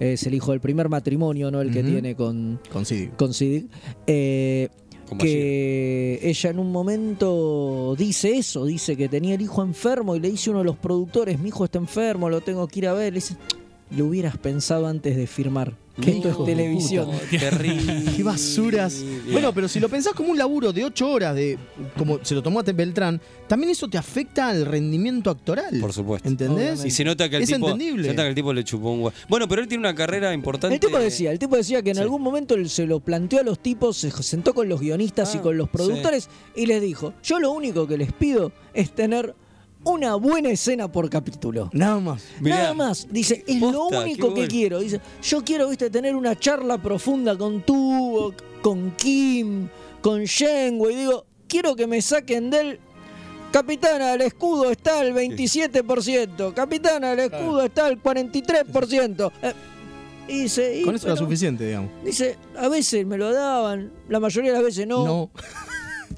S2: Es el hijo del primer matrimonio, ¿no? El que
S3: Ujú.
S2: tiene con,
S3: Con Sidic.
S2: con Siddiq. Eh,
S4: Como ayer.
S2: que ella en un momento dice eso, dice que tenía el hijo enfermo y le dice uno de los productores, mi hijo está enfermo, lo tengo que ir a ver. Le dice, lo hubieras pensado antes de firmar, que esto
S4: Hijo
S2: es
S4: de
S2: televisión.
S4: puta, terrible.
S3: Oh, Qué basuras. Bueno, pero si lo pensás como un laburo de 8 horas, de como se lo tomó a Beltrán, también eso te afecta al rendimiento actoral.
S4: Por supuesto.
S3: ¿Entendés?
S4: Y se nota que el
S3: Es
S4: tipo.
S3: entendible.
S4: se nota que el tipo le chupó un huevo. Bueno, pero él tiene una carrera importante.
S2: El tipo decía, el tipo decía que en
S4: Sí.
S2: algún momento él se lo planteó a los tipos, se sentó con los guionistas y
S4: Ah,
S2: con los productores y les dijo, yo lo único que les pido es tener una buena escena por capítulo.
S3: Nada más.
S4: Mirá,
S2: Nada más, dice, es lo
S4: posta,
S2: único
S4: qué
S2: que
S4: bueno.
S2: quiero. Dice, yo quiero, viste, tener una charla profunda con Tuvok, con Kim, con Shenwei. Digo, quiero que me saquen del. Capitana, el escudo está al 27%. Capitana, el escudo está al 43%. Eh, y Eh, dice, y
S3: Con eso era
S2: bueno,
S3: suficiente, digamos.
S2: Dice, a veces me lo daban, la mayoría de las veces no.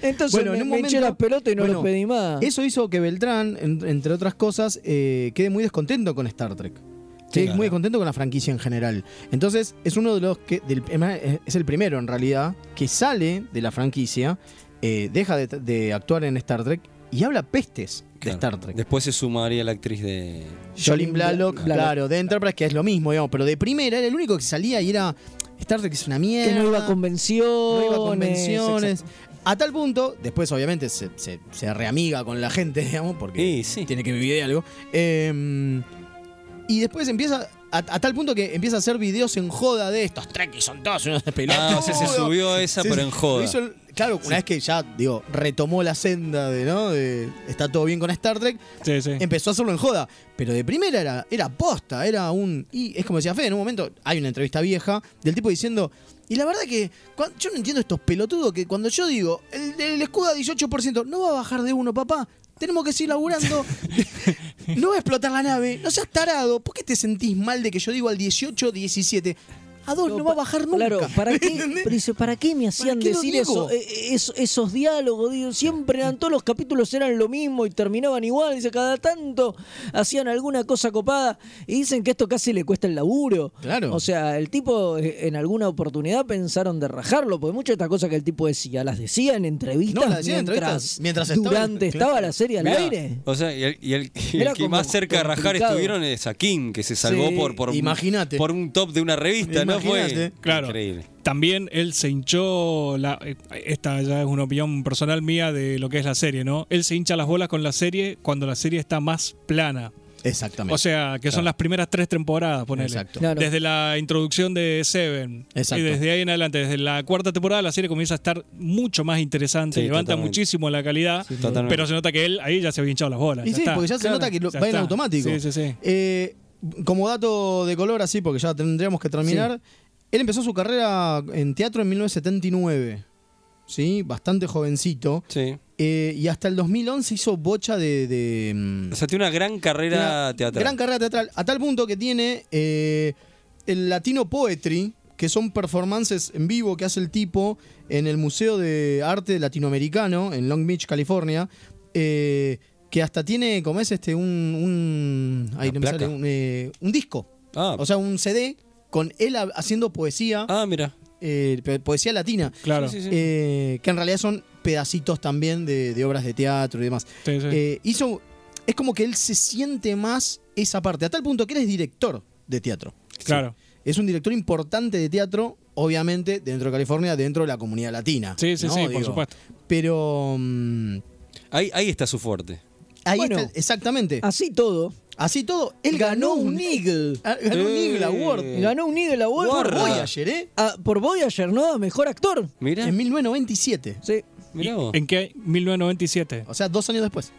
S2: Entonces
S3: Bueno,
S2: me,
S3: en un
S2: me eché
S3: momento-
S2: la pelota y no
S3: bueno,
S2: lo pedí más.
S3: Eso hizo que Beltrán, en- entre otras cosas, eh, quede muy descontento con Star Trek.
S4: Sí,
S3: Quede
S4: claro.
S3: muy descontento con la franquicia en general. Entonces, es uno de los que. del- es el primero, en realidad, que sale de la franquicia, eh, deja de, de actuar en Star Trek y habla pestes de
S4: Claro.
S3: Star Trek.
S4: Después se sumaría la actriz de.
S3: Jolene Blalock,
S2: Blalock.
S3: claro, de Enterprise, que es lo mismo, digamos, pero de primera era el único que salía y era Star Trek es una mierda.
S2: que no iba a convenciones.
S3: no iba a convenciones. A tal punto, después obviamente se, se- se reamiga con la gente, digamos, porque
S4: Y sí.
S3: tiene que vivir de algo. Eh, Em, y después empieza a, a tal punto que empieza a hacer videos en joda de estos trackies son todos unos pelotudos.
S4: Ah, o sea, se subió a esa,
S3: Sí,
S4: pero
S3: sí,
S4: en joda.
S3: lo hizo el- claro, una vez que ya, digo, retomó la senda de, ¿no? De, está todo bien con Star Trek,
S5: Sí, sí.
S3: empezó a hacerlo en joda. Pero de primera era, era posta, era un. Y es como decía Fede, en un momento hay una entrevista vieja del tipo diciendo. Y la verdad que cua- yo no entiendo estos pelotudos que cuando yo digo, el, el escudo a 18% no va a bajar de uno, papá. Tenemos que seguir laburando. no va a explotar la nave. No seas tarado. ¿Por qué te sentís mal de que yo digo al 18, 17? A 2 no, va a bajar nunca.
S2: Claro, ¿para qué,
S3: ¿Entendés?
S2: pero dice, ¿para qué me hacían
S3: ¿Para qué lo
S2: decir
S3: digo?
S2: eso, eh, eh, eso- esos diálogos? Digo, siempre eran todos los capítulos eran lo mismo y terminaban igual. Dice, cada tanto hacían alguna cosa copada y dicen que esto casi le cuesta el laburo.
S3: Claro.
S2: O sea, el tipo eh, en alguna oportunidad pensaron de rajarlo, porque muchas de estas cosas que el tipo decía las decía en entrevistas,
S3: No, las decía en entrevistas,
S2: mientras,
S3: mientras estaba-
S2: durante estaba,
S3: claro.
S2: la serie al
S4: Mirá,
S2: aire.
S4: O sea, y el, y el- y el
S2: Mirá
S4: que
S2: cómo
S4: más cerca de rajar
S2: complicado.
S4: estuvieron es a Kim, que se salvó
S2: Sí,
S4: por, por, un-
S3: imagínate.
S4: por un top de una revista,
S3: Imagínate.
S4: ¿no? Fue
S5: Claro.
S4: increíble.
S5: También él se hinchó, la, eh, esta ya es una opinión personal mía de lo que es la serie, ¿no? Él se hincha las bolas con la serie cuando la serie está más plana.
S3: Exactamente.
S5: O sea, que son las primeras tres temporadas, ponele.
S3: Exacto.
S2: Claro.
S5: Desde la introducción de Seven.
S3: Exacto.
S5: Y desde ahí en adelante, desde la cuarta temporada, la serie comienza a estar mucho más interesante.
S4: Sí,
S5: levanta
S4: totalmente.
S5: muchísimo la calidad.
S4: totalmente.
S5: Pero se nota que él ahí ya se había hinchado las bolas.
S3: Y sí,
S5: está.
S3: porque ya se
S5: Claro,
S3: nota que lo-
S5: ya
S3: va en
S5: está.
S3: automático.
S5: Sí, sí, sí.
S3: Eh, como dato de color, así, porque ya tendríamos que terminar. Él empezó su carrera en teatro en 1979. ¿Sí? Bastante jovencito.
S4: Sí.
S3: Eh, y hasta el 2011 hizo bocha de. de, mm,
S4: O sea, tiene una gran carrera
S3: una
S4: teatral. Ah,
S3: Gran carrera teatral. A tal punto que tiene eh, el Latino Poetry, que son performances en vivo que hace el tipo en el Museo de Arte Latinoamericano, en Long Beach, California. eh, que hasta tiene, como es este, un. un, ay,
S4: Una
S3: no me sale,
S4: placa.
S3: un, eh, un disco.
S4: ah,
S3: O sea, un CD con él ha- haciendo poesía,
S4: ah, mira.
S3: eh, pe- poesía latina.
S5: Claro.
S4: Sí, sí, sí.
S3: eh, que en realidad son pedacitos también de- de obras de teatro y demás.
S5: Sí, sí.
S3: Eh, hizo. Es como que él se siente más esa parte, a tal punto que él es director de teatro.
S5: claro.
S3: Es un director importante de teatro, obviamente, dentro de California, dentro de la comunidad latina.
S5: Sí, sí,
S3: ¿no?
S5: sí, por
S3: Digo,
S5: supuesto.
S3: Pero. mm,
S4: ahí, ahí está su fuerte.
S3: ahí
S2: Bueno.
S3: está, exactamente.
S2: Así todo,
S3: Así todo, él ganó,
S2: ganó un Eagle.
S3: Ah, Ganó un
S4: Eh.
S3: Eagle Award.
S4: Eh.
S2: ganó un Eagle Award
S3: Por
S4: Guarda.
S3: Voyager, ¿eh?
S2: ah, por Voyager, ¿no? Mejor actor.
S4: Mira,
S3: En 1997.
S2: Sí.
S4: mira
S5: ¿Y
S4: vos.
S5: ¿En qué? 1997.
S3: O sea, dos años después.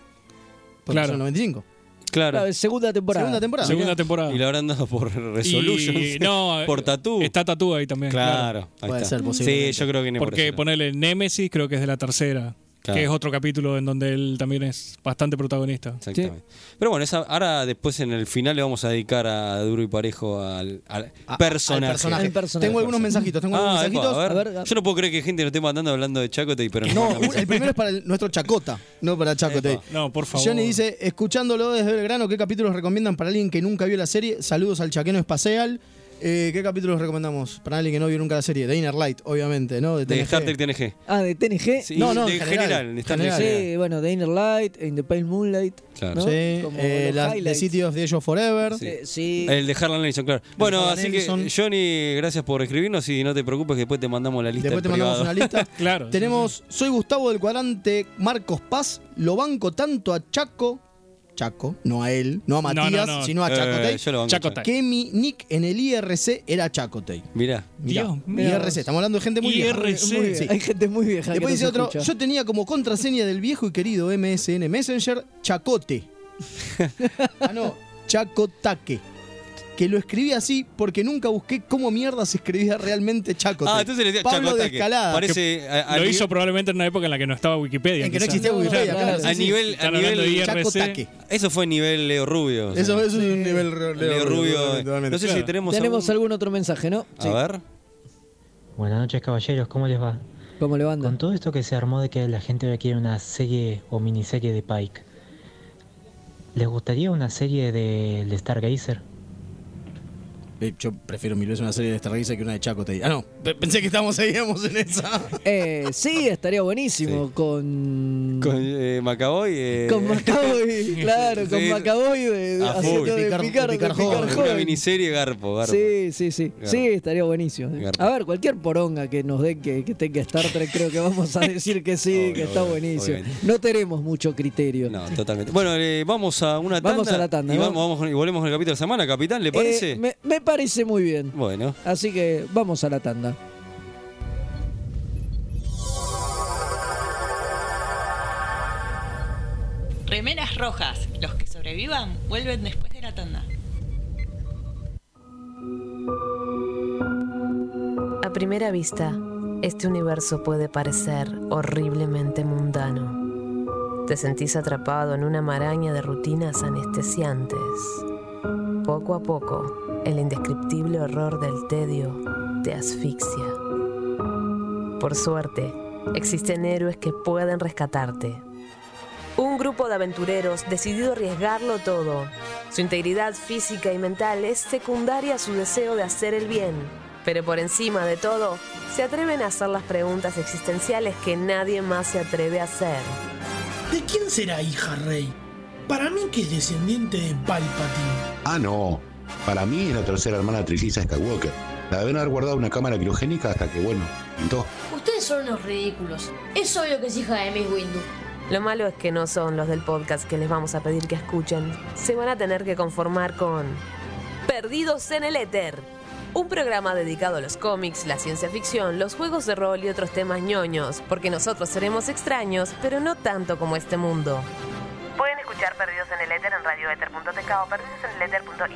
S3: Porque
S5: Claro.
S3: son el 95.
S4: Claro.
S2: La segunda temporada.
S3: Segunda temporada.
S5: Segunda temporada.
S4: Y lo habrán dado por Resolution.
S5: Y- no, eh,
S4: por Tatú.
S5: Está Tatú ahí también.
S4: Claro, ahí
S3: Puede
S4: está.
S3: ser,
S4: sí,
S3: posiblemente.
S4: yo creo que viene por
S5: Porque
S4: ese lado.
S5: ponerle Nemesis creo que es de la tercera,
S4: Claro.
S5: que es otro capítulo en donde él también es bastante protagonista.
S4: Exactamente. Pero bueno, esa- ahora después en el final le vamos a dedicar a Duro y Parejo al, al
S3: A-
S4: personaje.
S3: Ah, al personaje.
S2: Al personaje.
S3: Tengo algunos mensajitos. Tengo algunos
S4: Ah, epa,
S3: mensajitos.
S4: a, ver.
S2: A ver,
S4: Yo no puedo creer que gente nos esté mandando hablando de Chacote y pero
S3: No,
S4: no,
S3: un- el primero es para el- nuestro Chacota, no para Chacote.
S4: Epa.
S5: No, por favor.
S3: Johnny dice, escuchándolo desde Belgrano, ¿qué capítulos recomiendan para alguien que nunca vio la serie? Saludos al chaqueno espacial. Eh, ¿Qué capítulos recomendamos para alguien que no vio nunca la serie? De Inner Light, obviamente, ¿no? De,
S4: de
S3: TNG.
S4: Star Trek TNG.
S2: Ah, de TNG.
S4: Sí,
S3: No, no,
S4: de
S3: en
S4: general,
S3: general.
S4: de Star
S3: General.
S4: Trek.
S2: Sí, bueno, The Inner Light, In the Pale Moonlight.
S4: Claro.
S2: ¿no?
S3: Sí,
S2: Como
S3: eh,
S2: los
S3: la- The
S2: highlights.
S3: City of the Age of Forever.
S4: Sí.
S2: Eh, sí.
S4: El de Harlan Ellison, claro. Bueno,
S3: Harlan
S4: así
S3: Ellison.
S4: que Johnny, gracias por escribirnos y no te preocupes que después te mandamos la lista
S3: Después te
S4: en
S3: mandamos
S4: privado.
S3: una lista.
S5: Claro.
S3: Tenemos, soy Gustavo del Cuadrante, Marcos Paz, lo banco tanto a Chaco, Chaco, no a él, no a
S5: No,
S3: Matías,
S5: no, no.
S3: sino a Chacotey,
S4: Eh, yo lo banco,
S5: Chacotay.
S3: que mi nick en el IRC era Chacotey.
S4: Mirá.
S3: Mirá,
S5: Dios mío.
S3: IRC, estamos hablando de gente muy vieja.
S5: IRC.
S2: Muy bien.
S3: Sí.
S2: Hay gente muy vieja. que
S3: Después
S2: nos
S3: dice otro,
S2: escucha.
S3: yo tenía como contraseña del viejo y querido MSN Messenger Chacote. ah, no, Chacotaque. Que lo escribí así porque nunca busqué cómo mierda se escribía realmente Chacote.
S4: Ah, entonces le decía
S3: Pablo de
S4: Chacotaque.
S3: Escalada.
S4: Parece a- a
S5: Lo
S4: nivel-
S5: hizo probablemente en una época en la que no estaba Wikipedia.
S3: En que no
S5: quizá.
S3: existía Wikipedia,
S2: Claro,
S3: claro.
S4: a
S3: sí, sí.
S4: nivel, a
S5: Están
S4: nivel
S5: hablando de IRC.
S3: Chacotaque.
S4: Eso fue nivel Leo Rubio. o sea,
S3: Eso, eso es un nivel re-
S4: Leo, Rubio. No sé si tenemos,
S2: Tenemos
S4: algún-
S2: algún otro mensaje, ¿no? Sí.
S4: A ver.
S7: Buenas noches caballeros, ¿cómo les va?
S2: ¿Cómo le banda?
S7: Con todo esto que se armó de que la gente ahora quiere una serie o miniserie de Pike, ¿les gustaría una serie del Stargazer?
S3: Eh, Yo prefiero mil veces una serie de Stargazer que una de Chacote. Ah, no, pe- pensé que estábamos seguíamos en esa.
S2: Eh, sí, estaría buenísimo. Con con.
S4: Con eh, Macaboy. eh,
S2: con Macaboy, claro, con
S4: Sí.
S2: Macaboy de, de-
S4: A
S2: haciendo
S4: full.
S2: de
S3: Picar-
S2: picar,
S3: de
S2: de
S3: picar
S2: picar
S3: joven.
S2: joven.
S3: Una
S4: Una miniserie Garpo, Garpo.
S2: Sí, sí, sí.
S4: Garpo.
S2: Sí, estaría buenísimo. ¿eh?
S4: Garpo.
S2: A ver, cualquier poronga que nos den que, que tenga Star Trek, creo que vamos a decir que sí,
S4: Obvio,
S2: que está
S4: obvio,
S2: buenísimo.
S4: obviamente.
S2: No tenemos mucho criterio.
S4: No, totalmente. Bueno, eh, vamos a una tanda.
S2: Vamos a la tanda,
S4: Y,
S2: ¿no?
S4: vamos, vamos- y volvemos al capítulo de la semana, capitán, ¿le
S2: Eh,
S4: parece?
S2: me, me parece muy bien.
S4: Bueno.
S2: Así que vamos a la tanda.
S6: Remeras rojas. Los que sobrevivan vuelven después de la tanda.
S8: A primera vista, este universo puede parecer horriblemente mundano. Te sentís atrapado en una maraña de rutinas anestesiantes. Poco a poco, el indescriptible horror del tedio te asfixia. Por suerte, existen héroes que pueden rescatarte. Un grupo de aventureros decidido a arriesgarlo todo. Su integridad física y mental es secundaria a su deseo de hacer el bien. Pero por encima de todo, se atreven a hacer las preguntas existenciales que nadie más se atreve a hacer.
S9: ¿De quién será hija Rey? Para mí que es descendiente de Palpatine.
S10: Ah, no. Para mí es la tercera hermana trilliza Skywalker. La deben haber guardado en una cámara criogénica hasta que, bueno, pintó.
S8: Ustedes son unos ridículos. Es obvio que es hija de Miss Windu. Lo malo es que no son los del podcast que les vamos a pedir que escuchen. Se van a tener que conformar con Perdidos en el Éter. Un programa dedicado a los cómics, la ciencia ficción, los juegos de rol y otros temas ñoños, porque nosotros seremos extraños, pero no tanto como este mundo. Pueden escuchar Perdidos en el Éter en radioether.tk o perdidos en el Esto es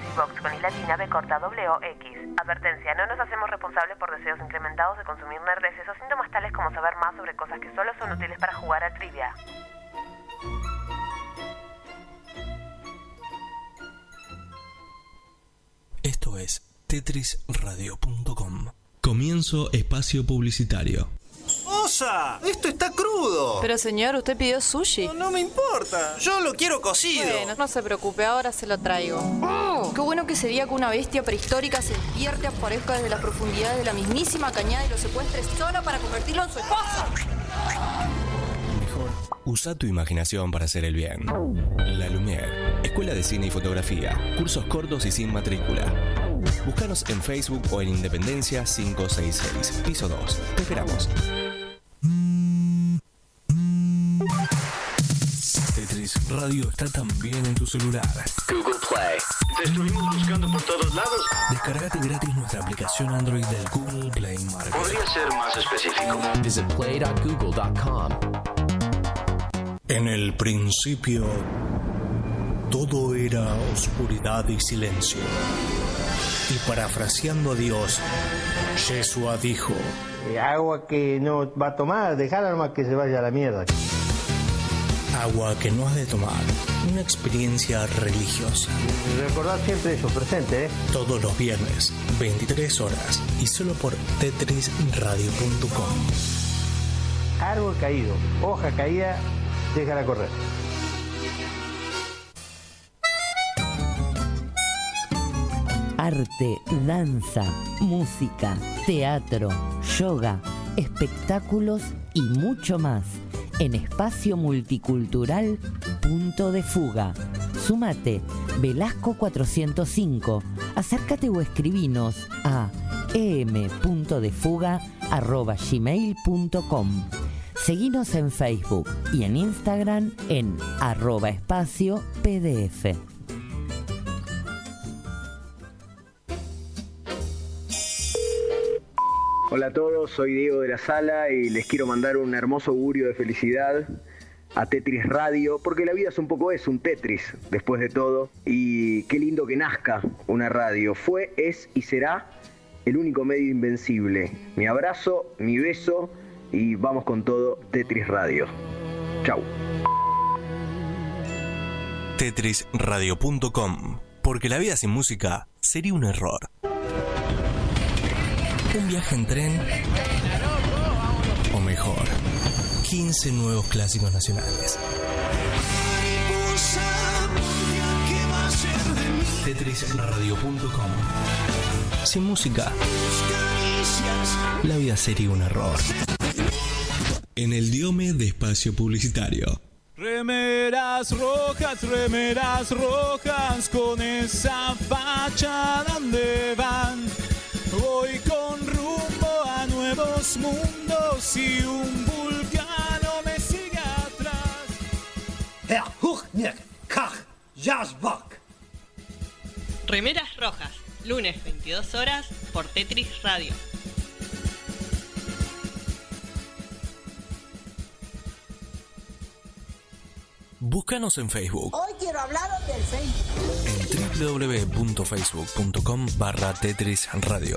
S8: iVox con i latina b corta w x. Advertencia, no nos hacemos responsables por deseos incrementados de consumir nerdeces o síntomas tales como saber más sobre cosas que solo son útiles para jugar a trivia.
S11: Esto es tetrisradio.com. Comienzo espacio publicitario.
S9: ¡Osa! ¡Esto está crudo!
S8: Pero señor, usted pidió sushi.
S9: No me importa. Yo lo quiero cocido. Oh.
S8: no se preocupe, ahora se lo traigo. qué bueno que sería que una bestia prehistórica se despierte, aparezca desde las profundidades de la mismísima cañada y lo secuestre solo para convertirlo en su esposo.
S11: Usa tu imaginación para hacer el bien. La Lumière, Escuela de Cine y Fotografía, cursos cortos y sin matrícula. Búscanos en Facebook o en Independencia 566, piso 2. Te esperamos. Tetris Radio está también en tu celular. Google Play. Te estuvimos buscando por todos lados. Descargate gratis nuestra aplicación Android del Google Play Market. Podría ser más específico. Visit play.google.com. En el principio, todo era oscuridad y silencio. Y parafraseando a Dios, Yeshua dijo,
S9: Eh, Agua que no va a tomar, dejar nomás que se vaya a la mierda.
S11: agua que no has de tomar, una experiencia religiosa.
S9: Recordad siempre eso, presente, ¿eh?
S11: Todos los viernes, 23 horas, y solo por tetrisradio.com.
S9: Árbol caído, hoja caída, déjala correr.
S8: Arte, danza, música, teatro, yoga, espectáculos y mucho más en espacio multicultural Punto de Fuga. Sumate, Velasco 405. Acércate o escribinos a em.defuga.gmail.com. Seguinos en Facebook y en Instagram en arroba espacio pdf.
S9: Hola a todos, soy Diego de la Sala y les quiero mandar un hermoso augurio de felicidad a Tetris Radio, porque la vida es un poco eso, un Tetris, después de todo. Y qué lindo que nazca una radio. Fue, es y será el único medio invencible. Mi abrazo, mi beso y vamos con todo, Tetris Radio. Chau.
S11: Tetrisradio.com, porque la vida sin música sería un error. Un viaje en tren, o mejor, 15 nuevos clásicos nacionales. Tetrisradio.com Sin música, la vida sería un error. en el diome de espacio publicitario.
S1: Remeras rojas, remeras rojas, con esa facha donde van. Voy con rumbo a nuevos mundos y un vulcano me sigue atrás.
S12: Herr Huchnick, Kach, Jasbach.
S6: Remeras Rojas, lunes 22 horas por Tetris Radio.
S11: Búscanos en Facebook,
S13: Hoy quiero hablaros del Facebook.
S11: www.facebook.com barra Tetris Radio.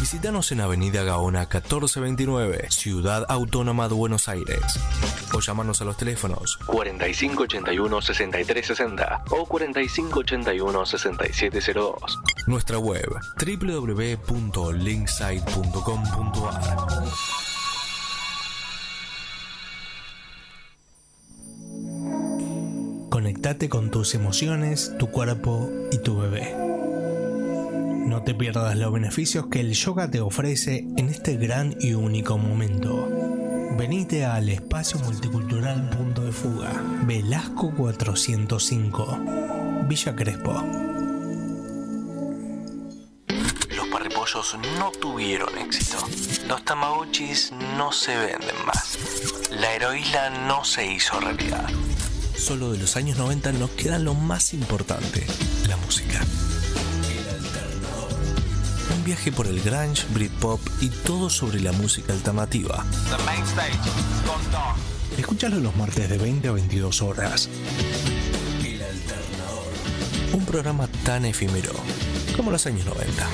S11: Visítanos en Avenida Gaona 1429, Ciudad Autónoma de Buenos Aires. O llámanos a los teléfonos 4581-6360 o 4581-6702. Nuestra web www.linksite.com.ar
S14: Conectate con tus emociones, tu cuerpo y tu bebé. No te pierdas los beneficios que el yoga te ofrece en este gran y único momento. Venite al espacio multicultural Punto de Fuga, Velasco 405, Villa Crespo.
S11: Los parripollos no tuvieron éxito. Los tamagotchis no se venden más. La heroína no se hizo realidad. Solo de los años 90 nos queda lo más importante, la música. Un viaje por el grunge, Britpop y todo sobre la música alternativa.
S15: The main stage is gone dark.
S14: Escúchalo los martes de 20 a 22 horas. Un programa tan efímero como los años 90.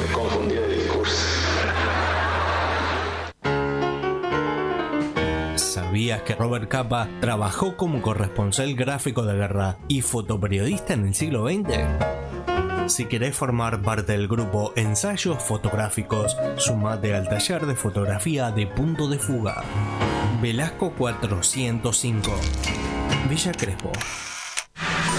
S14: ¿Sabías que Robert Capa trabajó como corresponsal gráfico de guerra y fotoperiodista en el siglo XX? Si querés formar parte del grupo Ensayos Fotográficos, sumate al taller de fotografía de Punto de Fuga. Velasco 405. Villa Crespo.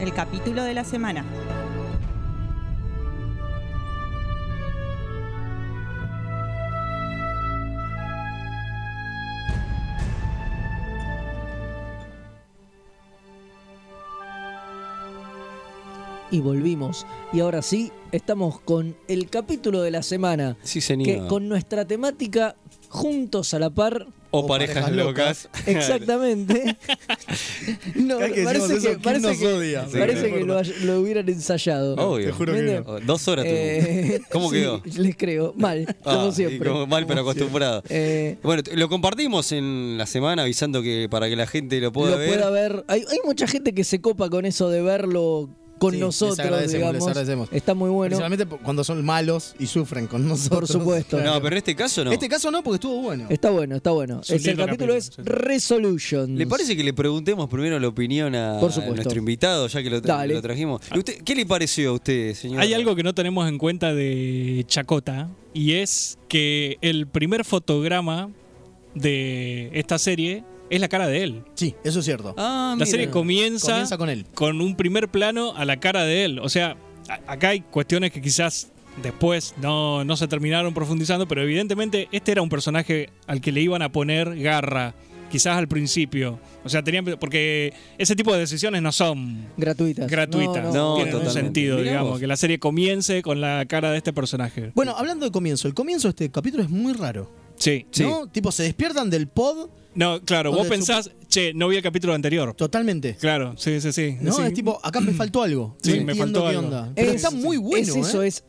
S16: El capítulo de la semana.
S2: Y volvimos. Y ahora sí, estamos con el capítulo de la semana.
S4: Sí,
S2: Que
S4: señor.
S2: con nuestra temática, juntos a la par.
S4: O parejas locas.
S2: Exactamente. No,
S3: Cada que
S2: parece
S3: decimos eso,
S2: que,
S3: ¿quién
S2: parece
S3: nos
S2: que-
S3: odia?
S2: parece
S4: Sí,
S2: que lo, hay- lo hubieran ensayado.
S4: Obvio.
S2: ¿Entienden?
S4: Oh, Dos horas tuvo.
S2: Eh,
S4: ¿Cómo
S2: sí,
S4: quedó?
S2: Les creo. Mal,
S4: Ah,
S2: como
S4: y
S2: siempre.
S4: como mal, pero acostumbrado.
S2: Eh,
S4: bueno, t- lo compartimos en la semana avisando que para que la gente lo pueda
S2: lo
S4: ver.
S2: pueda ver. Hay, hay mucha gente que se copa con eso de verlo con
S3: Sí, les
S2: nosotros,
S3: agradecemos, les
S2: digamos.
S3: agradecemos.
S2: Está muy bueno.
S3: Principalmente po- cuando son malos y sufren con nosotros. Eh,
S2: supuesto.
S4: No, pero en este caso no.
S3: Este caso no, porque estuvo bueno.
S2: Está bueno, está bueno.
S3: Es un
S2: Es- el
S3: lindo
S2: capítulo,
S3: capítulo,
S2: es Resolution.
S4: ¿Le parece que le preguntemos primero la opinión a,
S2: Por supuesto.
S4: a nuestro invitado, ya que lo, tra- lo trajimos? ¿Y usted- ¿Qué le pareció a usted, señor?
S5: Hay algo que no tenemos en cuenta de Chacota y es que el primer fotograma de esta serie es la cara de él.
S3: Sí, eso es cierto.
S4: Ah,
S5: la
S3: mira.
S5: serie comienza,
S3: Comienza con él.
S5: con un primer plano a la cara de él. O sea, a- acá hay cuestiones que quizás después no, no se terminaron profundizando, pero evidentemente este era un personaje al que le iban a poner garra. Quizás al principio. O sea, tenían. Porque ese tipo de decisiones no son
S2: Gratuitas.
S5: gratuitas.
S4: No, no. No,
S5: tienen un
S4: totalmente.
S5: sentido,
S4: Mirá
S5: digamos,
S4: vos.
S5: que la serie comience con la cara de este personaje.
S3: Bueno, hablando de comienzo, el comienzo de este capítulo es muy raro.
S5: Sí, sí.
S3: ¿No? Tipo, se despiertan del pod.
S5: No, claro, vos
S3: Donde su-
S5: pensás, che, no vi el capítulo anterior.
S3: Totalmente.
S5: Claro, sí, sí, sí.
S3: No,
S5: Sí.
S3: es tipo, acá me faltó algo.
S5: Sí,
S3: no
S5: me
S3: entiendo
S5: faltó
S3: qué
S5: algo.
S3: onda. Pero
S2: Es-
S3: ¿eh? está muy bueno.
S2: Es eso,
S3: ¿eh?
S2: es,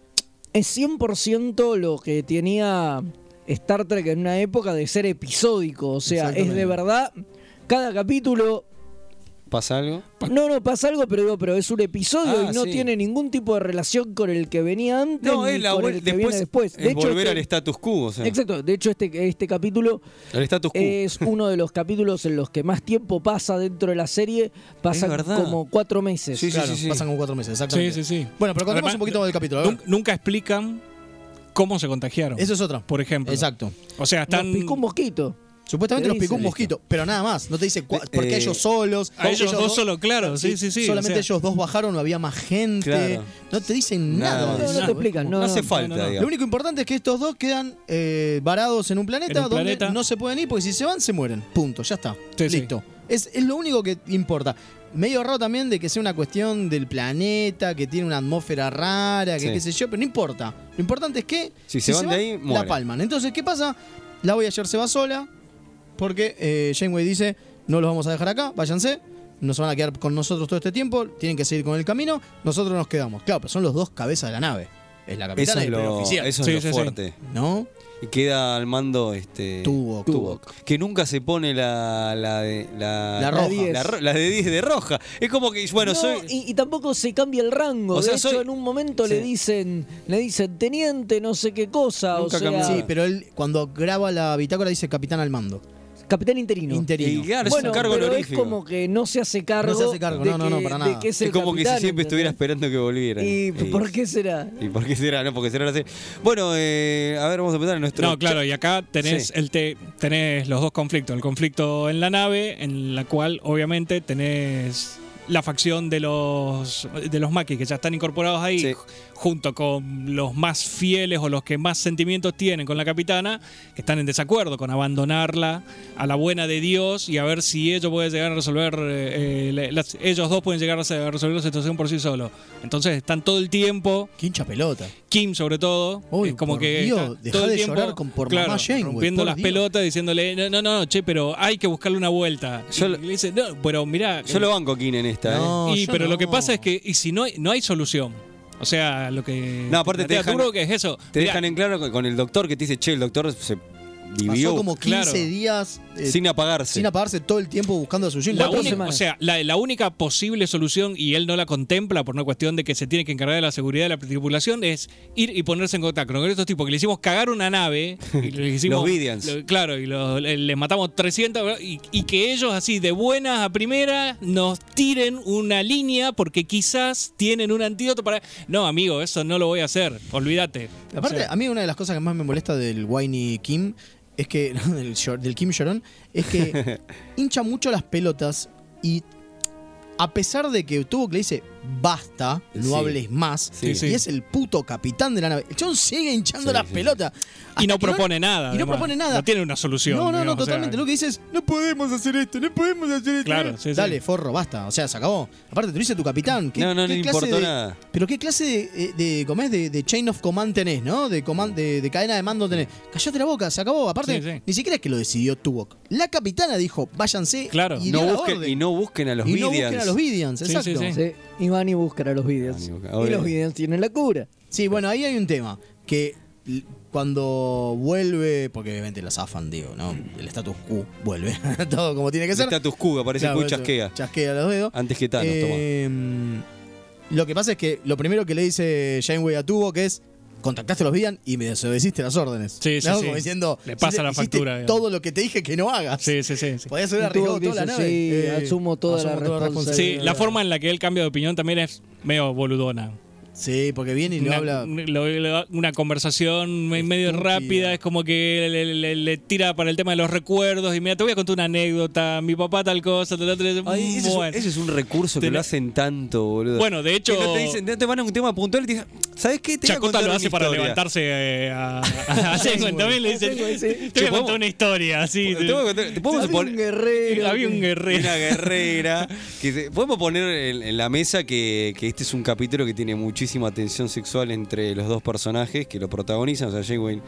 S2: es 100% lo que tenía Star Trek en una época de ser episódico. O sea, es de verdad. Cada capítulo
S4: ¿Pasa algo?
S2: No, no, pasa algo, pero digo, pero es un episodio
S4: Ah,
S2: y no
S4: sí.
S2: tiene ningún tipo de relación con el que venía antes
S4: No,
S2: ni
S4: es la
S2: con
S4: vuel-
S2: el que
S4: después,
S2: viene después.
S4: es volver
S2: este-
S4: al status quo. o sea,
S2: Exacto, Eh, de hecho este, este capítulo
S4: Al status quo.
S2: es uno de los capítulos en los que más tiempo pasa dentro de la serie,
S4: Es
S2: pasan
S4: verdad.
S2: como cuatro meses.
S3: Claro, Pasan como cuatro meses, exactamente.
S5: Sí, sí, sí.
S3: Bueno, pero contemos
S5: Además,
S3: un poquito del capítulo. a ver.
S5: nun- Nunca explican cómo se contagiaron.
S3: Eso es otra.
S5: Por ejemplo.
S3: Exacto.
S5: O sea, están.
S2: Nos picó un mosquito.
S3: Supuestamente
S5: ¿Qué
S3: los picó un
S5: dice?
S3: mosquito, pero nada más. No te dice cua- por qué
S5: Eh,
S3: ellos solos.
S5: a ellos dos solo, claro, sí, sí, sí,
S3: Solamente
S5: o sea.
S3: ellos dos bajaron, o había más gente.
S4: Claro.
S3: No te dicen nada.
S4: Nada,
S3: de
S4: no,
S3: eso. ¿eh?
S4: no te explican, no, No hace no, falta, no, no. digamos.
S3: Lo único importante es que estos dos quedan eh, varados en un planeta
S5: En un
S3: donde
S5: planeta.
S3: no se pueden ir, porque si se van, se mueren. Punto, ya está.
S5: Sí, sí.
S3: Listo. Es, es lo único que importa. Medio raro también de que sea una cuestión del planeta, que tiene una atmósfera rara, que
S4: Sí.
S3: qué sé yo, pero no importa. Lo importante es que
S4: Si se van de ahí,
S3: la
S4: mueren.
S3: palman. Entonces, ¿qué pasa? La voy ayer se va sola, porque eh, Janeway dice, no los vamos a dejar acá, váyanse, nos van a quedar con nosotros todo este tiempo, tienen que seguir con el camino, nosotros nos quedamos. Claro, pero son los dos cabezas de la nave. Es la
S4: eso
S3: capitana y
S4: es
S3: el primer
S4: lo,
S3: oficial.
S4: eso es lo fuerte.
S3: ¿No?
S4: Y queda al mando este.
S3: Tuvok.
S4: Que nunca se pone la, la de. La,
S3: La roja.
S4: La,
S3: 10.
S4: ro- la de 10 de roja. Es como que, bueno,
S2: No,
S4: soy.
S2: y, y tampoco se cambia el rango.
S4: O sea,
S2: de hecho,
S4: soy-
S2: en un momento le
S4: Sí.
S2: dicen, le dicen teniente, no sé qué cosa. o sea,
S3: Sí, pero él cuando graba la bitácora dice capitán al mando.
S2: Capitán interino.
S3: Interino.
S4: Y claro, es un
S2: Bueno,
S4: cargo
S2: pero es
S4: honorífico.
S2: como que no se hace cargo.
S3: No se hace cargo,
S2: de
S3: no, no, no,
S2: que-
S3: para
S2: de
S3: nada.
S2: que es el
S4: como que si
S2: capitán,
S4: siempre estuviera
S2: ¿entendés?
S4: esperando que volviera.
S2: ¿Y por qué será?
S4: ¿Y por qué será? No, porque será la serie. Bueno, eh, a ver, vamos a empezar en nuestro.
S5: No, claro, y acá tenés
S4: Sí.
S5: el te- tenés los dos conflictos. El conflicto en la nave, en la cual obviamente tenés la facción de los de los maquis que ya están incorporados ahí junto con los más fieles o los que más sentimientos tienen con la capitana que están en desacuerdo con abandonarla a la buena de Dios y a ver si ellos pueden llegar a resolver eh, eh, la- las- ellos dos pueden llegar a se- a resolver la situación por sí solos entonces están todo el tiempo
S3: quincha pelota
S5: Kim sobre todo
S3: Uy,
S5: es como
S3: por
S5: que
S3: Dios, dejá
S5: está
S3: de llorar con- por mamá Janeway,
S5: rompiendo
S3: por
S5: las
S3: Dios.
S5: pelotas diciéndole no no no che pero hay que buscarle una vuelta Y le dice no pero mira
S4: Yo lo banco, Kin, en esta.
S5: no,
S4: ¿eh?
S5: y, pero lo que pasa es que y si no hay, no hay solución o sea lo que
S4: No, aparte te
S5: plantea
S4: dejan-
S5: Turbo, que es eso
S4: Te
S5: Mirá,
S4: dejan en claro con- con el doctor que te dice, che, el doctor se vivió.
S3: Pasó como 15 días eh,
S4: sin apagarse.
S3: sin apagarse todo el tiempo buscando a su Jin.
S5: la única, o sea, la, la única posible solución, y él no la contempla por una cuestión de que se tiene que encargar de la seguridad de la tripulación, es ir y ponerse en contacto con estos tipos que le hicimos cagar una nave. y le hicimos-
S4: Los Vidians.
S5: lo- claro, y los- le- les matamos 300, ¿verdad? y, y que ellos así de buenas a primera nos tiren una línea porque quizás tienen un antídoto para... No, amigo, eso no lo voy a hacer, olvídate.
S3: Aparte,
S5: O sea,
S3: a mí una de las cosas que más me molesta del Whiny Kim es que. no, del, Shor- del Kim Sharon es que hincha mucho las pelotas y. A pesar de que tuvo que le dice basta, no
S5: Sí.
S3: hables más,
S5: Sí, sí.
S3: y es el puto capitán de la nave. El chon sigue hinchando
S5: Sí,
S3: las
S5: sí, sí.
S3: pelotas.
S5: y
S3: Hasta
S5: no
S3: que
S5: propone nada.
S3: Y no
S5: además.
S3: propone nada.
S5: No tiene una solución.
S3: No, no, no,
S5: digamos, o sea,
S3: totalmente. Lo que dices, no podemos hacer esto, no podemos hacer esto.
S5: Claro, sí, sí.
S3: Dale, forro, basta. O sea, se acabó. Aparte, te lo dice tu capitán. ¿Qué,
S4: No, no,
S3: qué
S4: no le
S3: clase
S4: importó
S3: de-
S4: nada.
S3: Pero qué clase de, eh, de, de- ¿cómo es? de- de chain of command tenés, ¿no? De, command, de, de cadena de mando tenés. Callate la boca, se acabó. Aparte,
S5: Sí, sí.
S3: ni siquiera es que lo decidió Tuvok. La capitana dijo, váyanse.
S5: Claro.
S3: y
S4: no
S3: dio la
S4: busquen,
S3: orden.
S4: y no busquen a los
S3: Y no
S4: Vidians.
S3: busquen a los Vidians,
S5: Sí,
S3: exacto.
S5: sí, sí.
S2: Sí, y van y buscan a los videos. Y
S4: obvio.
S2: los videos tienen la cura.
S3: Sí, bueno, ahí hay un tema. Que l- cuando vuelve, porque obviamente la zafan, digo, ¿no? El status quo vuelve. Todo como tiene que
S4: El
S3: ser.
S4: status quo, aparece
S3: Claro,
S4: Q y chasquea.
S3: Chasquea los dedos.
S4: Antes que Thanos,
S3: Eh, Lo que pasa es que lo primero que le dice Janeway a Tubo que es contactaste a los Vian y me desobedeciste las órdenes.
S5: Sí, sí,
S3: ¿No?
S5: sí.
S3: Como diciendo,
S5: Le pasa
S3: "Hiciste-
S5: la
S3: hiciste
S5: factura, digamos".
S3: Todo lo que te dije que no hagas.
S5: Sí, sí, sí. sí.
S3: Podías haber
S2: Y Tuvok
S3: arriesgado toda la
S2: dice,
S3: nave.
S2: "Sí, asumo toda la
S5: Sí,
S2: responsabilidad".
S5: la forma en la que él cambia de opinión también es medio boludona.
S3: Sí, porque viene y le
S5: una,
S3: habla.
S5: lo- lo- una conversación me- medio rápida, es como que le, le- le tira para el tema de los recuerdos y mira, te voy a contar una anécdota, mi papá tal cosa, tal otra.
S4: Ay, ese,
S5: bueno.
S4: es, ese es un recurso que
S5: Tenés-
S4: lo hacen tanto, boludo.
S5: Bueno, de hecho-
S4: Que no te, dicen, no te van a un tema puntual y te dicen, ¿sabes qué? Te voy a
S5: Chacota
S4: contar
S5: lo
S4: una
S5: hace para
S4: historia".
S5: levantarse eh, a, a, a Sengo, También le dice,
S2: A Sengo, sí.
S5: te voy a
S4: ¿podemos-
S5: contar una historia. Así,
S4: Te voy a contar- ¿te podemos
S2: Había un
S4: poner-
S2: guerrero.
S5: Había un guerrero.
S4: Una guerrera. que se- podemos poner en, en la mesa que, que este es un capítulo que tiene muchísima tensión sexual entre los dos personajes que lo protagonizan, o sea, Janeway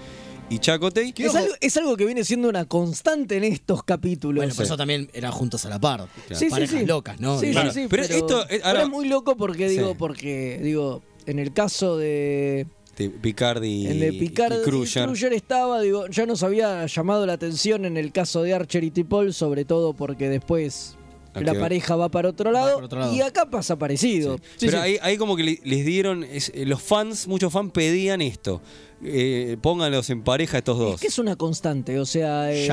S4: y Chakotay.
S2: Es algo, es algo que viene siendo una constante en estos capítulos.
S3: Bueno, pero eso también eran juntos a la par.
S2: Sí, sí,
S3: Parejas
S2: sí.
S3: locas, ¿no?
S2: Sí,
S3: Claro.
S2: sí, sí,
S4: pero
S2: pero,
S4: esto, eh,
S2: pero
S4: ahora-
S2: es muy loco porque
S4: Sí.
S2: digo, porque digo, en el caso de
S4: este, Picardi,
S2: El de Picard
S4: y Kruger.
S2: Kruger estaba, digo, ya nos había llamado la atención en el caso de Archer y Tipol, sobre todo porque después
S4: Ah,
S2: la
S4: quedó.
S2: pareja va para otro lado. Y acá pasa parecido.
S4: Pero Ahí, ahí como que le- les dieron, es- eh, los fans, muchos fans pedían esto. Eh, pónganlos en pareja estos dos.
S2: Es que es una constante, o sea, eh,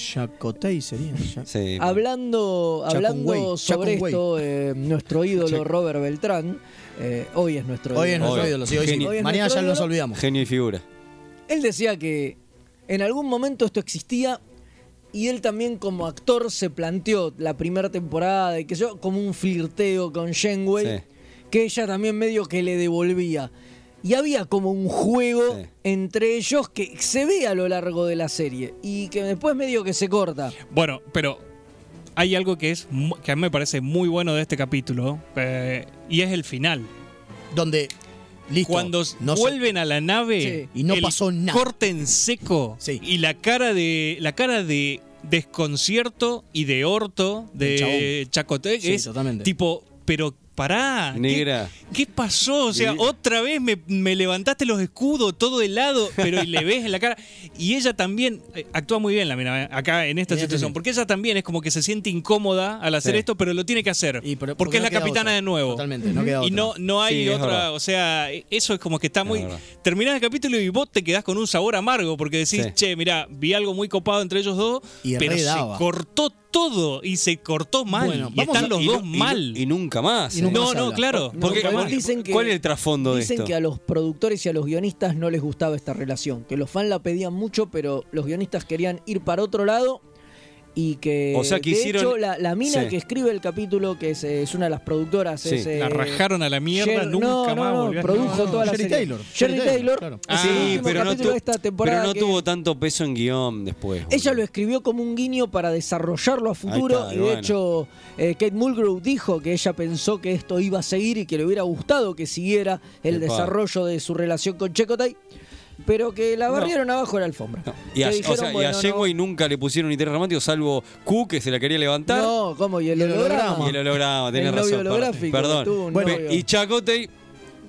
S3: Chacotey sería. Jac-
S4: Sí.
S2: hablando,
S3: Chacon
S2: hablando
S3: Way,
S2: sobre
S3: Chacon Way.
S2: esto, eh, nuestro ídolo
S3: Chac-
S2: Robert Beltrán, eh, hoy es nuestro
S3: Hoy es nuestro
S4: Obvio.
S3: ídolo, sí, hoy sí.
S4: Genio.
S2: Hoy es Mañana nuestro ya nos ídolo. olvidamos.
S4: Genio y figura.
S2: Él decía que en algún momento esto existía y él también como actor se planteó la primera temporada de que yo como un flirteo con Shenway
S4: Sí.
S2: que ella también medio que le devolvía. Y había como un juego entre ellos que se ve a lo largo de la serie y que después medio que se corta.
S5: Bueno, pero hay algo que es mu- que a mí me parece muy bueno de este capítulo eh, y es el final.
S3: Donde listo,
S5: cuando s-
S3: no se-
S5: vuelven a la nave
S3: Sí. Y no
S5: el
S3: pasó nada.
S5: Corte en seco y la cara de la cara de desconcierto y de orto
S3: Del
S5: de
S3: chabón.
S5: Chacote
S3: Sí,
S5: es
S3: totalmente.
S5: tipo pero pará, ¿qué-
S4: Negra.
S5: ¿Qué, pasó? O sea,
S4: Ni-
S5: otra vez me, me levantaste los escudos todo de lado, pero y le ves en la cara. Y ella también eh, actúa muy bien la mina eh, acá en esta
S3: En este
S5: situación,
S3: sí.
S5: porque ella también es como que se siente incómoda al hacer
S3: Sí.
S5: esto, pero lo tiene que hacer. porque,
S3: porque
S5: es
S3: no
S5: la
S3: queda
S5: capitana
S3: otra.
S5: de nuevo.
S3: Totalmente, no queda
S5: Y
S3: otra.
S5: no, no hay
S3: Sí, es
S5: otra,
S3: verdad.
S5: o sea, e- eso es como que está muy...
S3: verdad.
S5: Terminás el capítulo y vos te quedás con un sabor amargo, porque decís,
S3: Sí.
S5: che, mirá, vi algo muy copado entre ellos dos,
S3: Y
S5: pero se
S3: redaba.
S5: cortó todo y se cortó mal.
S3: Bueno,
S5: y
S3: vamos
S5: están
S3: a-
S5: los
S3: y
S5: dos
S3: no- y
S5: mal.
S4: Y nunca más.
S5: Y nunca No, más no, habla. claro,
S2: ¿eh? No,
S5: porque-
S2: pero
S5: porque-
S2: dicen que-
S4: ¿Cuál es el trasfondo de
S2: Dicen
S4: esto?
S2: que a los productores y a los guionistas no les gustaba esta relación, que los fans la pedían mucho, pero los guionistas querían ir para otro lado y que,
S5: O sea, que
S2: de
S5: hicieron-
S2: hecho la, la mina
S5: Sí.
S2: que escribe el capítulo, que es, eh, es una de las productoras,
S5: Sí.
S2: es, eh,
S5: La rajaron a la mierda,
S2: Sher-
S5: nunca
S2: no, no,
S5: más
S2: no,
S5: volvió a-
S2: produjo
S5: No, no,
S2: toda la
S5: Sherry
S2: serie.
S5: Taylor.
S2: Sherry
S5: Sherry
S2: Taylor,
S5: Taylor, claro.
S2: es el
S4: Ah,
S2: último
S4: pero no,
S2: capítulo
S4: tu-
S2: de esta temporada
S4: pero no
S2: que-
S4: tuvo tanto peso en guión después.
S2: Ella lo escribió como un guiño para desarrollarlo a futuro
S4: está,
S2: y de
S4: bueno.
S2: hecho eh, Kate Mulgrew dijo que ella pensó que esto iba a seguir y que le hubiera gustado que siguiera el
S4: Epa.
S2: desarrollo de su relación con Checotay, pero que la
S4: No.
S2: barrieron abajo de la alfombra.
S4: Y
S2: Que
S4: a, o
S2: dijeron,
S4: sea, y a
S2: bueno, no,
S4: Janeway nunca le pusieron interés romántico, salvo Q, que se la quería levantar.
S2: no, ¿cómo? Y el holograma.
S4: Y el holograma, tenés
S2: El novio
S4: razón.
S2: holográfico,
S4: perdón.
S2: tuvo un
S4: Bueno,
S2: novio.
S4: y Chacote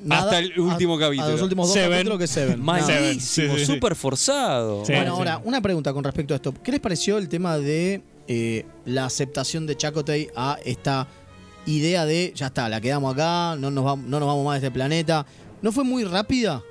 S4: hasta
S3: Nada,
S4: el último
S3: a-
S4: capítulo.
S3: a los últimos dos Seven. capítulos que Seven.
S4: Malísimo,
S3: Seven, sí, sí, sí.
S4: súper forzado.
S3: bueno, ahora, una pregunta con respecto a esto. ¿Qué les pareció el tema de eh, la aceptación de Chacotey a esta idea de ya está, la quedamos acá, no nos, vamos, no nos vamos más de este planeta? ¿No fue muy rápida?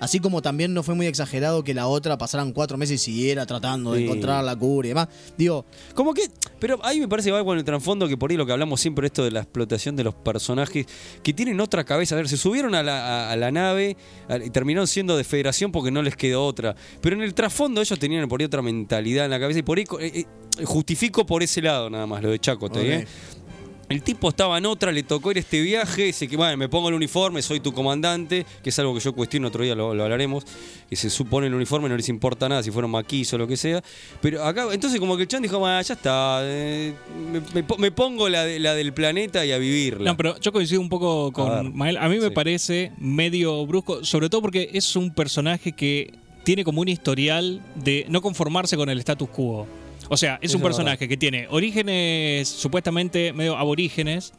S3: Así como también no fue muy exagerado que la otra pasaran cuatro meses y siguiera tratando de
S4: Sí.
S3: encontrar la cura y demás. Digo,
S4: Como que, pero ahí me parece que va con el trasfondo que por ahí lo que hablamos siempre, esto de la explotación de los personajes, que tienen otra cabeza. A ver, se subieron a la, a- a la nave a- y terminaron siendo de federación porque no les quedó otra. Pero en el trasfondo ellos tenían por ahí otra mentalidad en la cabeza y por ahí co- eh, eh, justifico por ese lado nada más lo de Chacote,
S3: Ok.
S4: ¿eh? El tipo estaba en otra, le tocó ir a este viaje, se que, bueno, me pongo el uniforme, soy tu comandante, que es algo que yo cuestiono, otro día lo, lo hablaremos, que se supone el uniforme, no les importa nada, si fueron maquis o lo que sea. Pero acá, entonces como que el chan dijo, "Bah, ya está, eh, me, me po- me pongo la, de- la del planeta y a vivirla.
S5: No, pero yo coincido un poco con
S4: A ver.
S5: Mael. A mí me parece medio brusco, sobre todo porque es un personaje que tiene como un historial de no conformarse con el status quo. O sea, es
S4: Eso
S5: un
S4: es
S5: personaje que tiene orígenes supuestamente medio aborígenes.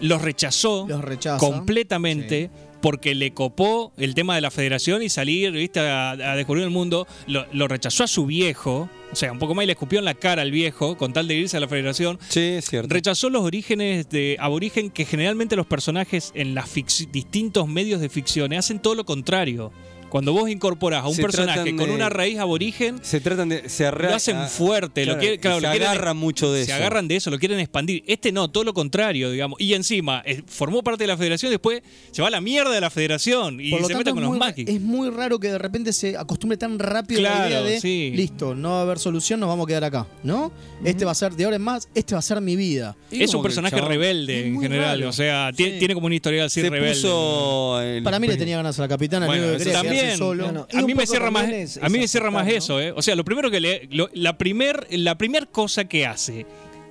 S5: Los rechazó
S3: los rechaza.
S5: completamente porque le copó el tema de la federación y salir ¿viste? A, a descubrir el mundo. Lo, lo rechazó a su viejo, o sea, un poco más y le escupió en la cara al viejo con tal de irse a la federación.
S4: Sí, es cierto.
S5: Rechazó los orígenes de aborigen que generalmente los personajes en los distintos medios de ficción hacen todo lo contrario. Cuando vos incorporás a un
S4: Se
S5: personaje
S4: tratan
S5: con
S4: de-
S5: una raíz aborigen,
S4: se tratan de. Se arra-
S5: lo hacen
S4: ah,
S5: fuerte, lo
S4: claro,
S5: quieren-
S4: y
S5: claro,
S4: se
S5: lo quieren-
S4: agarran mucho de
S5: se
S4: eso.
S5: agarran de eso, lo quieren expandir. Este no, todo lo contrario, digamos. Y encima, eh, formó parte de la federación, después se va a la mierda de la federación y
S3: Por lo
S5: se mete
S3: tanto,
S5: con
S3: es,
S5: los
S3: muy,
S5: maquis.
S3: es muy raro que de repente se acostumbre tan rápido a la idea
S5: Claro,
S3: de
S5: sí.
S3: listo, no va a haber solución, nos vamos a quedar acá, ¿no? Este va a ser, de ahora en más, este va a ser mi vida.
S5: Es un personaje rebelde en general, o sea, tie- tiene, como una historia así
S4: Se
S5: rebelde.
S4: puso el-
S3: Para mí le tenía ganas a la capitana,
S5: Bueno,
S3: no
S5: eso
S3: quería
S5: también.
S3: quedarse solo.
S5: No, no. A mí me cierra más, a mí me cierra más eso, eh. O sea, lo primero que le, lo- la primer, la primer cosa que hace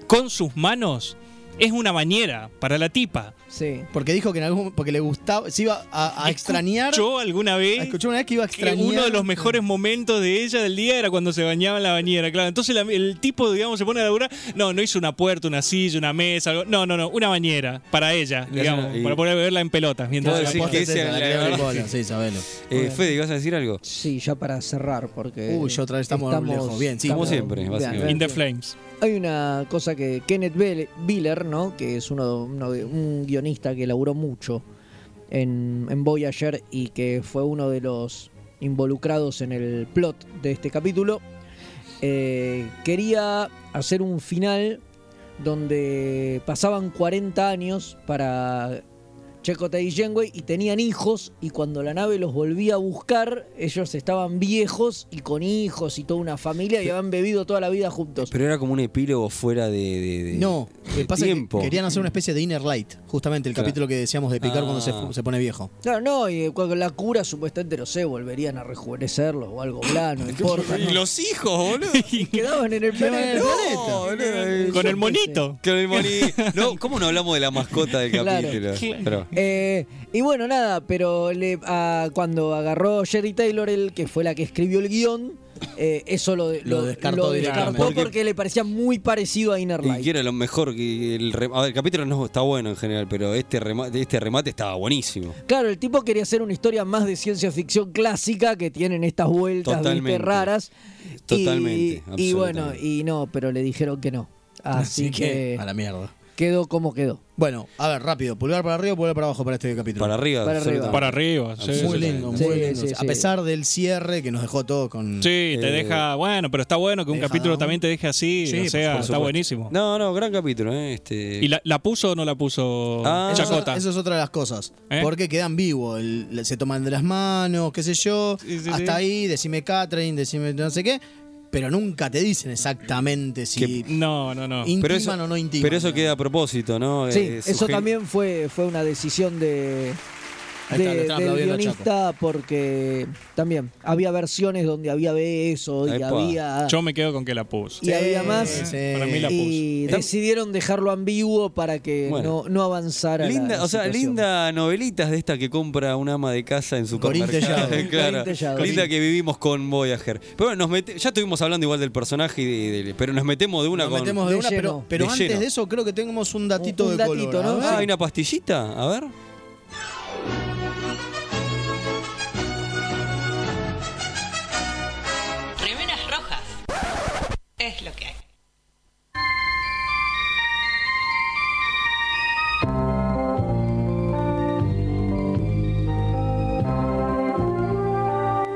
S5: con sus manos es una bañera para la tipa.
S2: Sí.
S3: Porque dijo que en algún porque le gustaba, se iba a, a extrañar.
S5: Yo alguna vez
S3: Escuchó una vez que iba a
S5: que
S3: extrañar.
S5: uno de los mejores momentos de ella del día era cuando se bañaba en la bañera, claro. Entonces la- el tipo, digamos, se pone a laburar. No, no hizo una puerta, una silla, una mesa, algo. No, no, no, una bañera para ella, digamos,
S4: y-
S5: para poder beberla en pelotas. Mientras
S4: Puedo
S5: la
S4: decir
S5: pone.
S4: que ese-
S3: esa, la
S4: la-
S3: que abre
S4: la-
S3: bola, sí, sabelo.
S4: Eh, Fede, ¿vas a decir algo?
S2: Sí, ya para cerrar, porque.
S3: Uy, ya otra vez estamos lejos. Bien, sí.
S4: Como siempre,
S2: bien,
S4: básicamente.
S5: In the Flames.
S2: Hay una cosa que Kenneth Bell- Biller, ¿no? que es uno, uno de- un guionista que laburó mucho en, en Voyager y que fue uno de los involucrados en el plot de este capítulo, eh, quería hacer un final donde pasaban 40 años para Chakotay y Janeway y tenían hijos y cuando la nave los volvía a buscar ellos estaban viejos y con hijos y toda una familia y habían bebido toda la vida juntos.
S4: Pero era como un epílogo fuera de. de- de-
S3: No, lo que
S4: de
S3: pasa es que
S4: tiempo.
S3: querían hacer una especie de Inner Light, justamente el
S4: Claro.
S3: capítulo que decíamos de picar cuando se,
S4: Ah.
S3: fu- se pone viejo.
S2: Claro, no, y con la cura supuestamente, no sé, volverían a rejuvenecerlos o algo bla, no importa.
S4: Y
S2: ¿no?
S4: los hijos, boludo.
S2: Y quedaban en el planeta.
S3: No,
S4: boludo.
S5: Con el monito.
S4: Con el moni. No, ¿cómo no hablamos de la mascota del
S2: Claro.
S4: capítulo? Pero-
S2: Eh, y bueno, nada, pero le- a- cuando agarró Jerry Taylor, el que fue la que escribió el guión, eh, eso lo,
S3: Lo descartó directamente.
S2: descartó porque le parecía muy parecido a Inner
S4: Y
S2: Light.
S4: que era lo mejor que el rem- A ver, el capítulo no está bueno en general, pero este remate, este remate estaba buenísimo.
S2: Claro, el tipo quería hacer una historia más de ciencia ficción clásica que tienen estas vueltas ¿viste?
S4: Totalmente.
S2: raras. Y-
S4: Totalmente,
S2: Y, bueno,
S4: absolutamente.
S2: y no, pero le dijeron que no. Así, que,
S3: A la mierda.
S2: quedó como quedó.
S3: Bueno, a ver, rápido. Pulgar para arriba, pulgar para abajo para este capítulo.
S4: Para arriba,
S2: Para arriba.
S4: absolutamente.
S5: Para arriba, sí.
S3: Muy lindo, muy
S2: Sí,
S3: lindo.
S2: sí, sí.
S3: A pesar del cierre que nos dejó todo con.
S5: Sí, te
S4: Eh,
S5: deja, bueno, pero está bueno que un
S3: deja
S5: capítulo
S3: un-
S5: también te deje así,
S3: Sí,
S5: o sea,
S3: por
S5: está
S3: supuesto.
S5: buenísimo.
S4: No, no, gran capítulo, ¿eh? Este...
S5: ¿Y la, la puso o no la puso
S4: Ah,
S3: Eso es-
S5: Chacota?
S3: Eso es otra de las cosas.
S5: ¿Eh?
S3: Porque quedan vivos. el- le- se toman de las manos, qué sé yo.
S5: Sí, sí,
S3: hasta
S5: sí.
S3: ahí, decime Catherine, decime no sé qué. Pero nunca te dicen exactamente si
S5: No, no, no.
S3: intiman
S4: Pero eso-
S3: o no intiman.
S4: Pero eso queda a propósito, ¿no?
S2: Sí,
S4: Eh,
S2: eso
S4: suge-
S2: también fue, fue una decisión de,
S3: Ahí está, lo
S2: de-
S3: están
S2: del
S3: aplaudiendo,
S2: guionista porque también había versiones donde había besos y
S4: Epa.
S2: había
S5: Yo me quedo con que la puso.
S2: y había más
S3: sí.
S5: Para mí la puso.
S2: y decidieron dejarlo ambiguo para que
S4: Bueno.
S2: no, no avanzara. la-
S4: Linda,
S2: la
S4: o sea,
S2: situación.
S4: linda novelitas de esta que compra una ama de casa en su
S3: Corín
S4: supermercado.
S3: Tellado.
S4: claro.
S2: Corín Tellado.
S4: Linda que vivimos con Voyager. Pero bueno, nos mete- ya estuvimos hablando igual del personaje, y de- de- pero nos metemos de una
S3: Nos
S4: con.
S3: metemos de
S2: De
S3: una,
S2: lleno.
S3: pero, pero
S4: De
S3: antes
S4: lleno.
S3: de eso creo que tenemos un datito
S2: Un- un
S3: de
S2: datito,
S3: color.
S2: ¿no?
S3: A ver.
S4: Ah, hay una pastillita, a ver.
S6: Remeras rojas. Es lo que hay.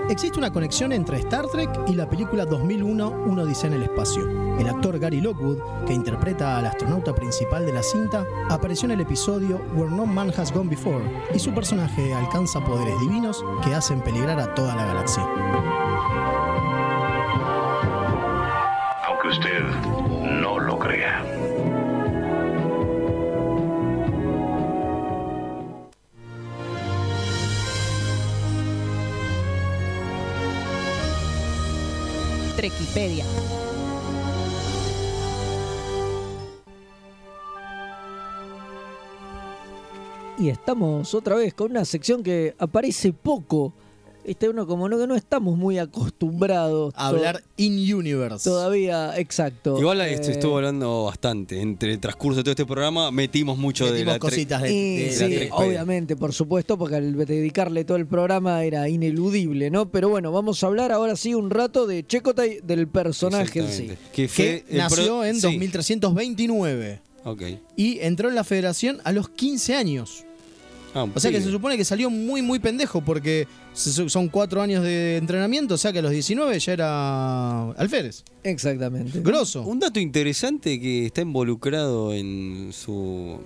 S3: Existe una conexión entre Star Trek y la película 2001 Uno dice en el espacio. El actor Gary Lockwood, que interpreta al astronauta principal de la cinta, apareció en el episodio Where No Man Has Gone Before y su personaje alcanza poderes divinos que hacen peligrar a toda la galaxia.
S11: Aunque usted no lo crea.
S16: Trequipedia.
S2: Y estamos otra vez con una sección que aparece poco. Este uno como no que no estamos muy acostumbrados. to-
S3: in universe.
S2: todavía, exacto.
S4: Igual
S2: Eh,
S4: esto estuvo hablando bastante. Entre el transcurso de todo este programa metimos mucho de la. tre-
S2: Y
S4: de la
S2: sí,
S4: Trek Pedia.
S2: obviamente, por supuesto, porque al dedicarle todo el programa era ineludible, ¿no? Pero bueno, vamos a hablar ahora sí un rato de Checotay, del personaje en sí.
S4: Exactamente. Que, fue el pro- sí,
S3: 2329
S4: Ok.
S3: y entró en la Federación a los 15 años.
S4: Ah, un
S3: O sea que
S4: pibe.
S3: se supone que salió muy, muy pendejo porque se su- son cuatro años de entrenamiento, o sea que a los 19 ya era alférez.
S2: Exactamente.
S3: Grosso.
S4: Un dato interesante que está involucrado en su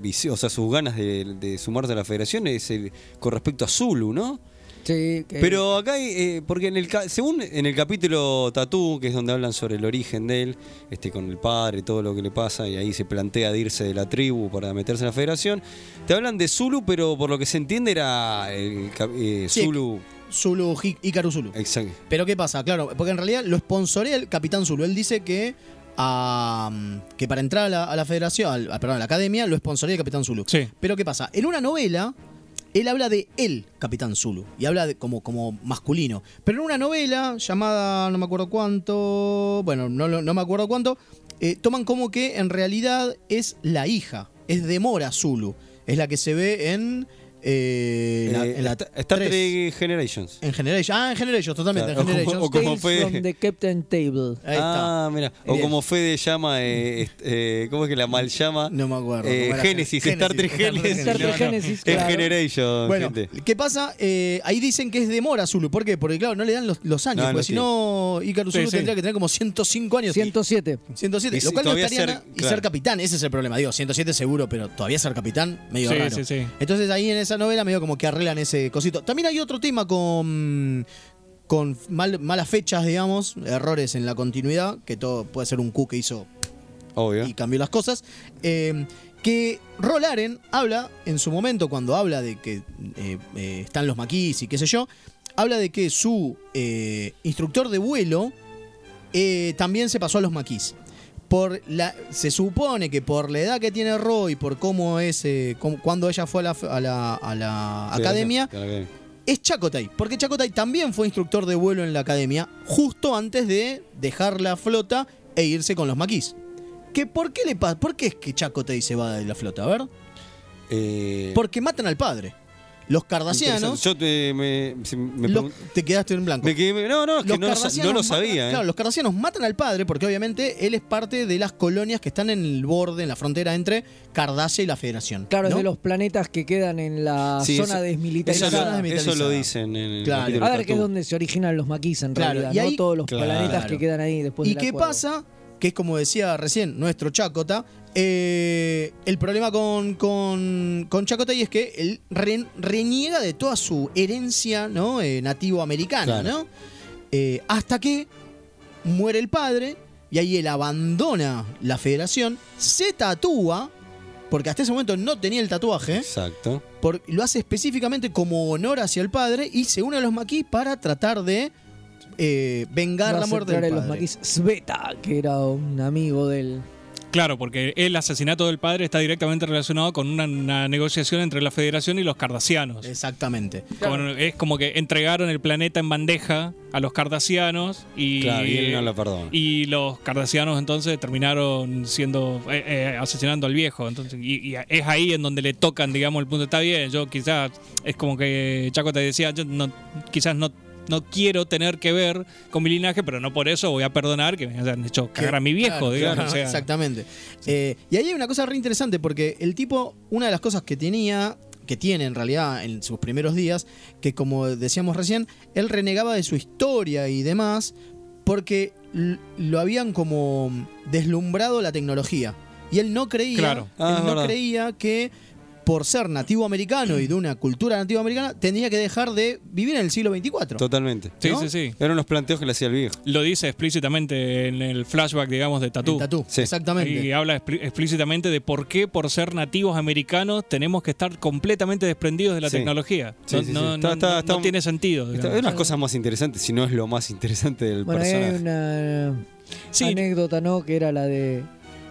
S4: visión, o sea, sus ganas de, de sumarse a la federación es el, con respecto a Zulu, ¿no?
S2: Sí, que-
S4: Pero acá, hay, eh, porque en el, ca- según en el capítulo Tatú, que es donde hablan sobre el origen de él, este, con el padre, todo lo que le pasa, y ahí se plantea de irse de la tribu para meterse en la federación, te hablan de Zulu, pero por lo que se entiende era el, ca- eh,
S3: Sí.
S4: Zulu.
S3: Zulu, Hi- Hikaru Zulu.
S4: Exacto.
S3: Pero ¿qué pasa? Claro, porque en realidad lo sponsorea el Capitán Zulu. Él dice que a mm, que para entrar a la, a la federación, al- a- perdón, a la academia, lo sponsoría el Capitán Zulu. Pero ¿qué pasa? En una novela, él habla de el Capitán Zulu y habla de- como, como masculino. Pero en una novela llamada, no me acuerdo cuánto, bueno, no, lo- no me acuerdo cuánto, eh, toman como que en realidad es la hija, es de Mora Zulu, es la que se ve en... eh, en la- en la
S4: Star Star
S3: tres.
S4: Trek Generations.
S3: En Generations. Ah, en Generations, totalmente.
S4: Claro.
S3: En Generations.
S4: O como fue-
S2: From the Captain Table.
S3: Ahí está.
S4: Ah, mira. O
S3: Bien.
S4: como Fede llama, eh, est- eh, ¿cómo es que la mal llama?
S3: No me acuerdo.
S4: Eh,
S3: ¿Cómo era?
S4: Génesis, Star Trek Génesis.
S3: Star Trek
S4: No, no.
S3: Génesis,
S4: Es
S3: claro.
S4: Generation,
S3: Bueno,
S4: gente.
S3: ¿qué pasa? Eh, ahí dicen que es de Mora Zulu. ¿Por qué? Porque, claro, no le dan los, los años.
S4: No, no
S3: porque si
S4: tiene.
S3: no, Icarus
S4: Sí,
S3: Zulu
S4: sí.
S3: tendría que tener como 105 años.
S2: 107.
S3: 107.
S4: Y
S3: lo
S4: si
S3: cual no
S4: todavía
S3: estaría
S4: ser-
S3: nada- Y
S4: claro.
S3: ser capitán, ese es el problema. Digo, 107 seguro, pero todavía ser capitán, medio
S5: Sí,
S3: raro.
S5: sí, sí.
S3: Entonces ahí en esa novela medio como que arreglan ese cosito. También hay otro tema con con mal- malas fechas, digamos, errores en la continuidad, que todo puede ser un Q que hizo y cambió las cosas. eh, que Rolaren habla, en su momento, cuando habla de que eh, eh, están los maquis y qué sé yo, habla de que su eh, instructor de vuelo eh, también se pasó a los maquis. Por la, se supone que por la edad que tiene Roy, por cómo es, eh, cómo- cuando ella fue a la, a la- a la
S4: Sí,
S3: academia,
S4: la academia.
S3: es Chacotay, porque Chacotay también fue instructor de vuelo en la academia justo antes de dejar la flota e irse con los maquis. ¿Que ¿Por qué le pasa? ¿Por qué es que Chacotay se va de la flota? A ver.
S4: Eh,
S3: Porque matan al padre. Los
S4: Interesante.
S3: cardasianos.
S4: Yo te, me, si me
S3: Los-
S4: pregun-
S3: te quedaste en blanco.
S4: me quedé- no, no, es que
S3: Los
S4: no, lo sa-
S3: cardasianos
S4: no lo
S3: matan-
S4: sabía. eh.
S3: Claro, los cardasianos matan al padre porque obviamente él es parte de las colonias que están en el borde, en la frontera entre Cardasia y la Federación.
S2: Claro,
S3: ¿no?
S2: es de los planetas que quedan en la
S4: Sí,
S2: zona
S4: eso-
S2: desmilitarizada.
S4: Eso, lo- eso lo dicen en el
S3: Claro.
S4: capítulo
S2: A ver que es
S4: Cartoon.
S2: donde se originan los maquis en
S3: Claro,
S2: realidad,
S3: y
S2: ¿no?
S3: ahí-
S2: Todos los
S4: Claro.
S2: planetas que quedan ahí después
S3: ¿Y
S2: del
S3: qué
S2: acuerdo.
S3: pasa? Que es como decía recién nuestro Chacota. eh, el problema con, con, con Chacota y es que él re- reniega de toda su herencia ¿no? Eh, nativo americana,
S4: Claro.
S3: ¿no? Eh, hasta que muere el padre y ahí él abandona la federación, se tatúa, porque hasta ese momento no tenía el tatuaje.
S4: Exacto.
S3: Por- lo hace específicamente como honor hacia el padre y se une a los maquis para tratar de eh, vengar
S2: No
S3: la muerte del
S2: aceptar a
S3: padre.
S2: los maquis. Sveta, que era un amigo del...
S5: Claro, porque el asesinato del padre está directamente relacionado con una, una negociación entre la Federación y los cardasianos.
S3: Exactamente.
S5: Con- es como que entregaron el planeta en bandeja a los cardasianos y,
S4: Claro, y él no lo perdona.
S5: y los cardasianos entonces terminaron siendo eh, eh, asesinando al viejo. Entonces, y, y es ahí en donde le tocan, digamos, el punto. Está bien, yo quizás, es como que Chaco te decía, yo no, quizás no, no quiero tener que ver con mi linaje, pero no por eso voy a perdonar que me hayan hecho cagar a mi viejo,
S3: Claro,
S5: digamos.
S3: claro,
S5: o sea.
S3: Exactamente. Eh, y ahí hay una cosa re interesante porque el tipo, una de las cosas que tenía, que tiene en realidad en sus primeros días, que como decíamos recién, él renegaba de su historia y demás porque l- lo habían como deslumbrado la tecnología. Y él no creía,
S5: Claro.
S3: él
S5: Ah, es
S3: no
S5: verdad.
S3: creía que por ser nativo americano y de una cultura nativo americana, tenía que dejar de vivir en el siglo XXIV.
S4: Totalmente.
S5: Sí, sí, sí.
S4: Eran los planteos que le hacía el viejo.
S5: Lo dice explícitamente en el flashback, digamos, de Tatú.
S4: Sí.
S3: exactamente.
S5: Y habla expli- explícitamente de por qué, por ser nativos americanos, tenemos que estar completamente desprendidos de la
S4: Sí.
S5: tecnología.
S4: Sí,
S5: no
S4: sí, sí.
S5: no-
S4: Está-
S5: no-
S4: está-
S5: no
S4: está un-
S5: tiene sentido.
S4: Esta-
S5: digamos.
S4: es una de las cosas más interesantes, si no es lo más interesante del
S2: Bueno, ahí hay
S4: personaje.
S2: una anécdota, ¿no? Que era la de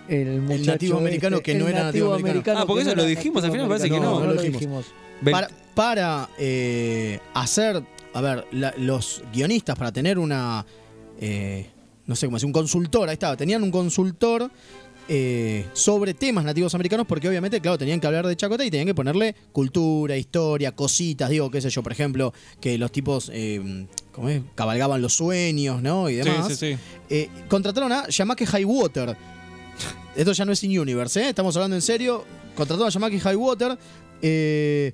S2: el muchacho
S3: nativo americano
S2: este,
S3: que no
S2: el
S3: era nativo americano.
S4: Ah, porque
S2: que
S4: eso
S2: no
S4: lo
S2: era
S4: dijimos, al
S2: nativo
S4: final parece que
S2: americano.
S4: no.
S2: No,
S4: No
S2: lo
S4: lo
S2: dijimos.
S4: Ven-
S3: Para, para, eh, hacer, a ver, la- los guionistas, para tener una, eh, no sé cómo decir, un consultor, ahí estaba, tenían un consultor eh, sobre temas nativos americanos porque obviamente, claro, tenían que hablar de Chacota y tenían que ponerle cultura, historia, cositas, digo, qué sé yo, por ejemplo, que los tipos, eh, ¿cómo es? Cabalgaban los sueños, ¿no? Y
S5: Sí,
S3: demás.
S5: sí, sí.
S3: Eh, contrataron a Yamake Highwater. Esto ya no es In Universe, ¿eh? estamos hablando en serio. Contrataron a Yamake Highwater, eh,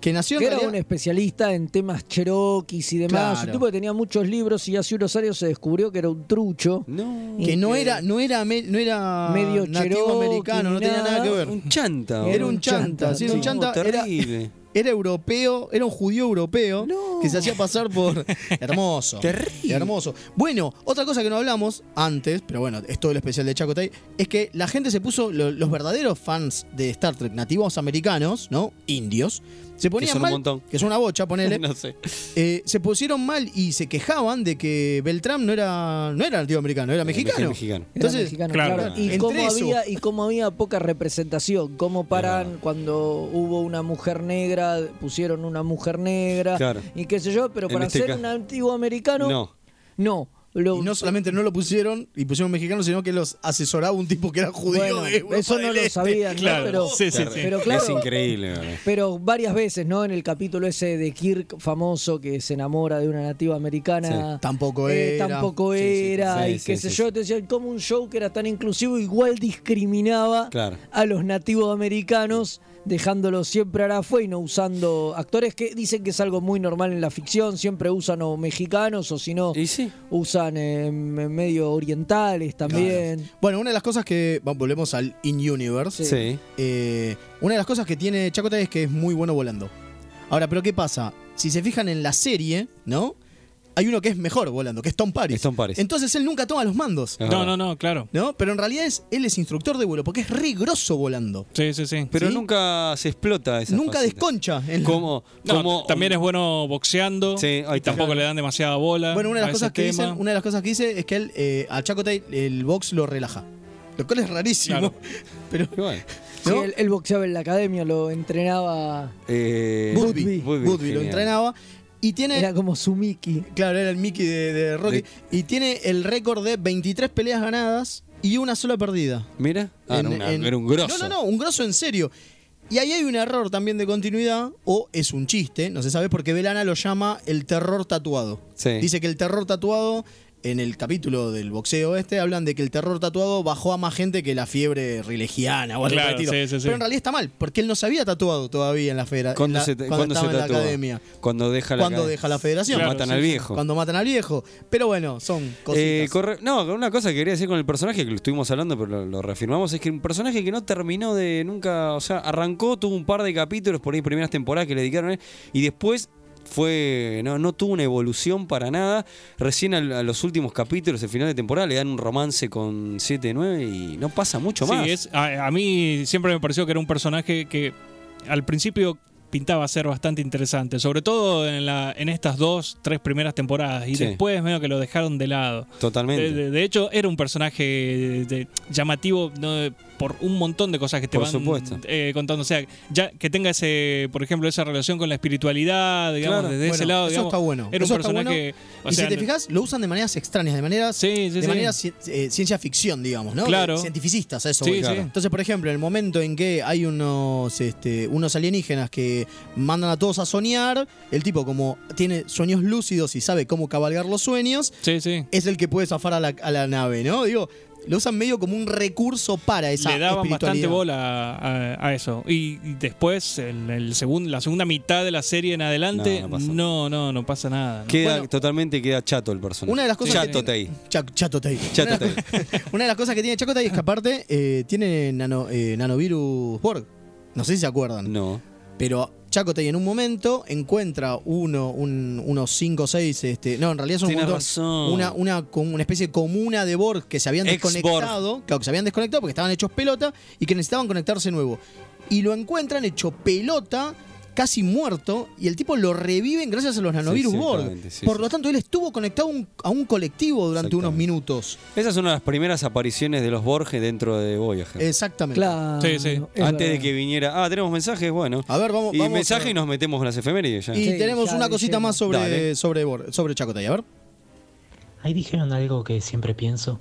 S3: que nació en
S2: Que era
S3: realidad-
S2: un especialista en temas cheroquis y demás.
S3: Claro.
S2: Un tipo que tenía muchos libros y hace unos años se descubrió que era un trucho.
S4: No.
S3: que no era, no era, me- no era
S2: Medio
S3: nativo
S2: cherokee,
S3: americano, no tenía nada que ver.
S4: Un chanta.
S2: Era
S3: Era
S2: un
S3: un Eh, chanta, sí, era un
S4: No,
S3: chanta. Era,
S4: terrible.
S3: era europeo, era un judío europeo que se hacía pasar por hermoso.
S14: Terrible.
S3: Hermoso. Bueno, otra cosa que no hablamos antes, pero bueno, es todo el especial de Chacotay, es que la gente se puso, lo- los verdaderos fans de Star Trek, nativos americanos, ¿no? Indios, se ponían
S4: son un
S3: mal,
S4: montón.
S3: que son una bocha, ponele.
S4: no sé.
S3: Eh, se pusieron mal y se quejaban de que Beltrán no era no era nativo americano, era mexicano.
S4: mexicano. Era
S3: Entonces,
S2: mexicano, claro. Y,
S3: entre
S2: cómo
S3: eso-
S2: había, y cómo había poca representación, cómo paran cuando hubo una mujer negra, pusieron una mujer negra,
S4: Claro.
S2: y qué sé yo, pero
S4: En
S2: para
S4: este
S2: ser
S4: ca-
S2: un antiguo americano,
S4: No.
S2: no. Lo-
S3: Y no solamente no lo pusieron y pusieron mexicanos, sino que los asesoraba un tipo que era judío
S2: Bueno,
S3: de Europa
S2: eso no
S3: del
S2: lo
S3: Este.
S2: sabían, ¿no?
S5: Claro,
S2: pero,
S5: sí, sí, sí.
S2: pero claro,
S4: Es increíble, ¿verdad?
S2: pero varias veces, ¿no? En el capítulo ese de Kirk famoso que se enamora de una nativa americana.
S3: Tampoco
S2: Eh,
S3: era.
S2: tampoco
S3: Sí, sí,
S2: era,
S4: sí,
S2: y
S4: sí,
S2: qué
S4: sí,
S2: sé
S4: sí.
S2: yo, te decían, como un show que era tan inclusivo, igual discriminaba
S4: Claro.
S2: a los nativos americanos, dejándolos siempre a fue y no usando actores que dicen que es algo muy normal en la ficción, siempre usan o mexicanos o si no,
S4: Y sí.
S2: usan eh, me- medio orientales también.
S3: Bueno, una de las cosas que. bueno, volvemos al In-Universe.
S4: Sí.
S3: Eh, una de las cosas que tiene Chacota es que es muy bueno volando. Ahora, pero ¿qué pasa? Si se fijan en la serie, ¿no? Hay uno que es mejor volando, que es Tom Paris.
S4: Es Tom Paris.
S3: Entonces él nunca toma los mandos.
S4: Es
S5: No,
S4: verdad.
S5: no, no, claro.
S3: ¿No? Pero en realidad es, él es instructor de vuelo, porque es re grosso volando.
S5: Sí, sí, sí.
S4: Pero
S3: ¿Sí?
S4: nunca se explota esa
S3: Nunca desconcha. en la-
S4: Como,
S5: No, también es bueno boxeando.
S4: Sí, ahí
S5: y
S4: está.
S5: tampoco le dan demasiada bola.
S3: Bueno, una de
S5: a
S3: las
S5: ese
S3: cosas que
S5: tema.
S3: dicen, una de las cosas que dice es que él, eh, a Chacotay el box lo relaja. Lo cual es rarísimo.
S5: Claro.
S3: Pero.
S4: Y bueno,
S2: Sí,
S3: ¿no?
S2: él, él boxeaba en la academia, lo entrenaba,
S4: eh,
S3: Budby,
S4: Budby,
S3: Budby lo
S4: genial.
S3: entrenaba. Y tiene.
S2: era como su Mickey.
S3: Claro, era el Mickey de, de Rocky.
S4: De-
S3: Y tiene el récord de 23 peleas ganadas y una sola perdida.
S4: Mira. Ah,
S3: En-
S4: no, una-
S3: en-
S4: era un grosso.
S3: No, no, no, un grosso en serio. Y ahí hay un error también de continuidad, o es un chiste, no se sabe, porque Belana lo llama el terror tatuado.
S4: Sí.
S3: Dice que el terror tatuado, en el capítulo del boxeo este, hablan de que el terror tatuado bajó a más gente que la fiebre religiana o algo
S5: Claro,
S3: por el estilo.
S5: sí, sí, sí.
S3: Pero en realidad está mal, porque él no se había tatuado todavía en la federación.
S4: ¿Cuándo se, te-
S3: cuando
S4: cuándo se
S3: estaba en la
S4: tatúa?
S3: academia.
S4: Cuando deja la
S3: Cuando
S4: acad-
S3: deja la federación.
S4: Claro,
S3: Cuando
S4: matan
S3: sí,
S4: al
S3: sí.
S4: viejo.
S3: Cuando matan al viejo. Pero bueno, son cositas.
S4: Eh, corre- no, una cosa que quería decir con el personaje que lo estuvimos hablando, pero lo, lo reafirmamos, es que un personaje que no terminó de nunca, o sea, arrancó, tuvo un par de capítulos por ahí, primeras temporadas que le dedicaron a él, y después fue, no, no tuvo una evolución para nada. Recién al- a, los últimos capítulos, el final de temporada, le dan un romance con 7-9 y no pasa mucho más.
S5: Sí, es, a, a mí siempre me pareció que era un personaje que al principio pintaba ser bastante interesante, sobre todo en, la, en estas dos, tres primeras temporadas, y
S4: Sí.
S5: después medio que lo dejaron de lado. De,
S4: Totalmente.
S5: de- de hecho, era un personaje de- llamativo ¿no? por un montón de cosas que te
S4: Por
S5: van
S4: supuesto.
S5: eh, contando. O sea, ya que tenga ese, por ejemplo, esa relación con la espiritualidad, digamos,
S4: Claro.
S5: desde ese
S3: Bueno,
S5: lado,
S3: eso
S5: digamos,
S3: está bueno.
S5: era
S3: Eso
S5: un
S3: está
S5: personaje. o
S3: y
S5: sea,
S3: si te
S5: no-
S3: fijas, lo usan de maneras extrañas, de maneras
S5: Sí, sí,
S3: de
S5: sí.
S3: manera ci- eh, ciencia ficción, digamos, ¿no?
S5: Claro.
S3: De Cientificistas, a eso.
S5: Sí,
S3: voy.
S5: sí. Claro.
S3: Entonces, por ejemplo, en el momento en que hay unos, este, unos alienígenas que mandan a todos a soñar, el tipo como tiene sueños lúcidos y sabe cómo cabalgar los sueños,
S5: Sí, sí.
S3: es el que puede zafar a la, a la nave, ¿no? Digo, lo usan medio como un recurso para esa
S5: le daban bastante
S3: espiritualidad.
S5: bola a, a- a eso. Y, y después, en el segun- la segunda mitad de la serie en adelante,
S4: No,
S5: no,
S4: no
S5: no,
S4: pasa.
S5: no, pasa nada. ¿no?
S4: Queda,
S3: Bueno.
S4: totalmente queda chato el personaje.
S3: Una de las cosas que
S4: Chato
S3: tiene-
S4: Tay.
S3: Chac- Chato Tay.
S4: Chato
S3: Una de las co- Una de las cosas que tiene Chacotay es que aparte eh, tiene nano- eh, nanovirus Borg. No sé si se acuerdan.
S4: No.
S3: Pero Chacotay en un momento encuentra uno, un- unos 5 o 6, este, no, en realidad son un
S4: Tienes
S3: montón.
S4: razón.
S3: Una, una, como una especie de comuna de Borg que se habían
S4: Ex-Borg.
S3: desconectado, claro, que se habían desconectado porque estaban hechos pelota y que necesitaban conectarse nuevo. Y lo encuentran hecho pelota, casi muerto, y el tipo lo reviven gracias a los nanovirus
S4: sí,
S3: Borg.
S4: claramente, sí,
S3: Por
S4: sí.
S3: lo tanto, él estuvo conectado a un- a un colectivo durante unos
S4: Exactamente.
S3: minutos.
S4: Esa es una de las primeras apariciones de los Borges dentro de
S3: Eh,
S4: Voyager.
S3: Exactamente.
S2: Claro.
S5: Sí, sí.
S2: es
S4: Antes de
S2: verdad.
S4: que viniera. Ah, tenemos mensajes, bueno.
S3: A ver, Ah, vamos,
S4: y
S3: vamos
S4: mensaje
S3: a-
S4: y nos metemos con las efemérides ya.
S3: Y
S2: Sí,
S3: tenemos
S2: ya
S3: una
S2: de
S3: cosita
S2: lleno.
S3: más sobre,
S4: Dale.
S3: sobre, Borg- sobre Chacotay. A ver.
S7: Ahí dijeron algo que siempre pienso,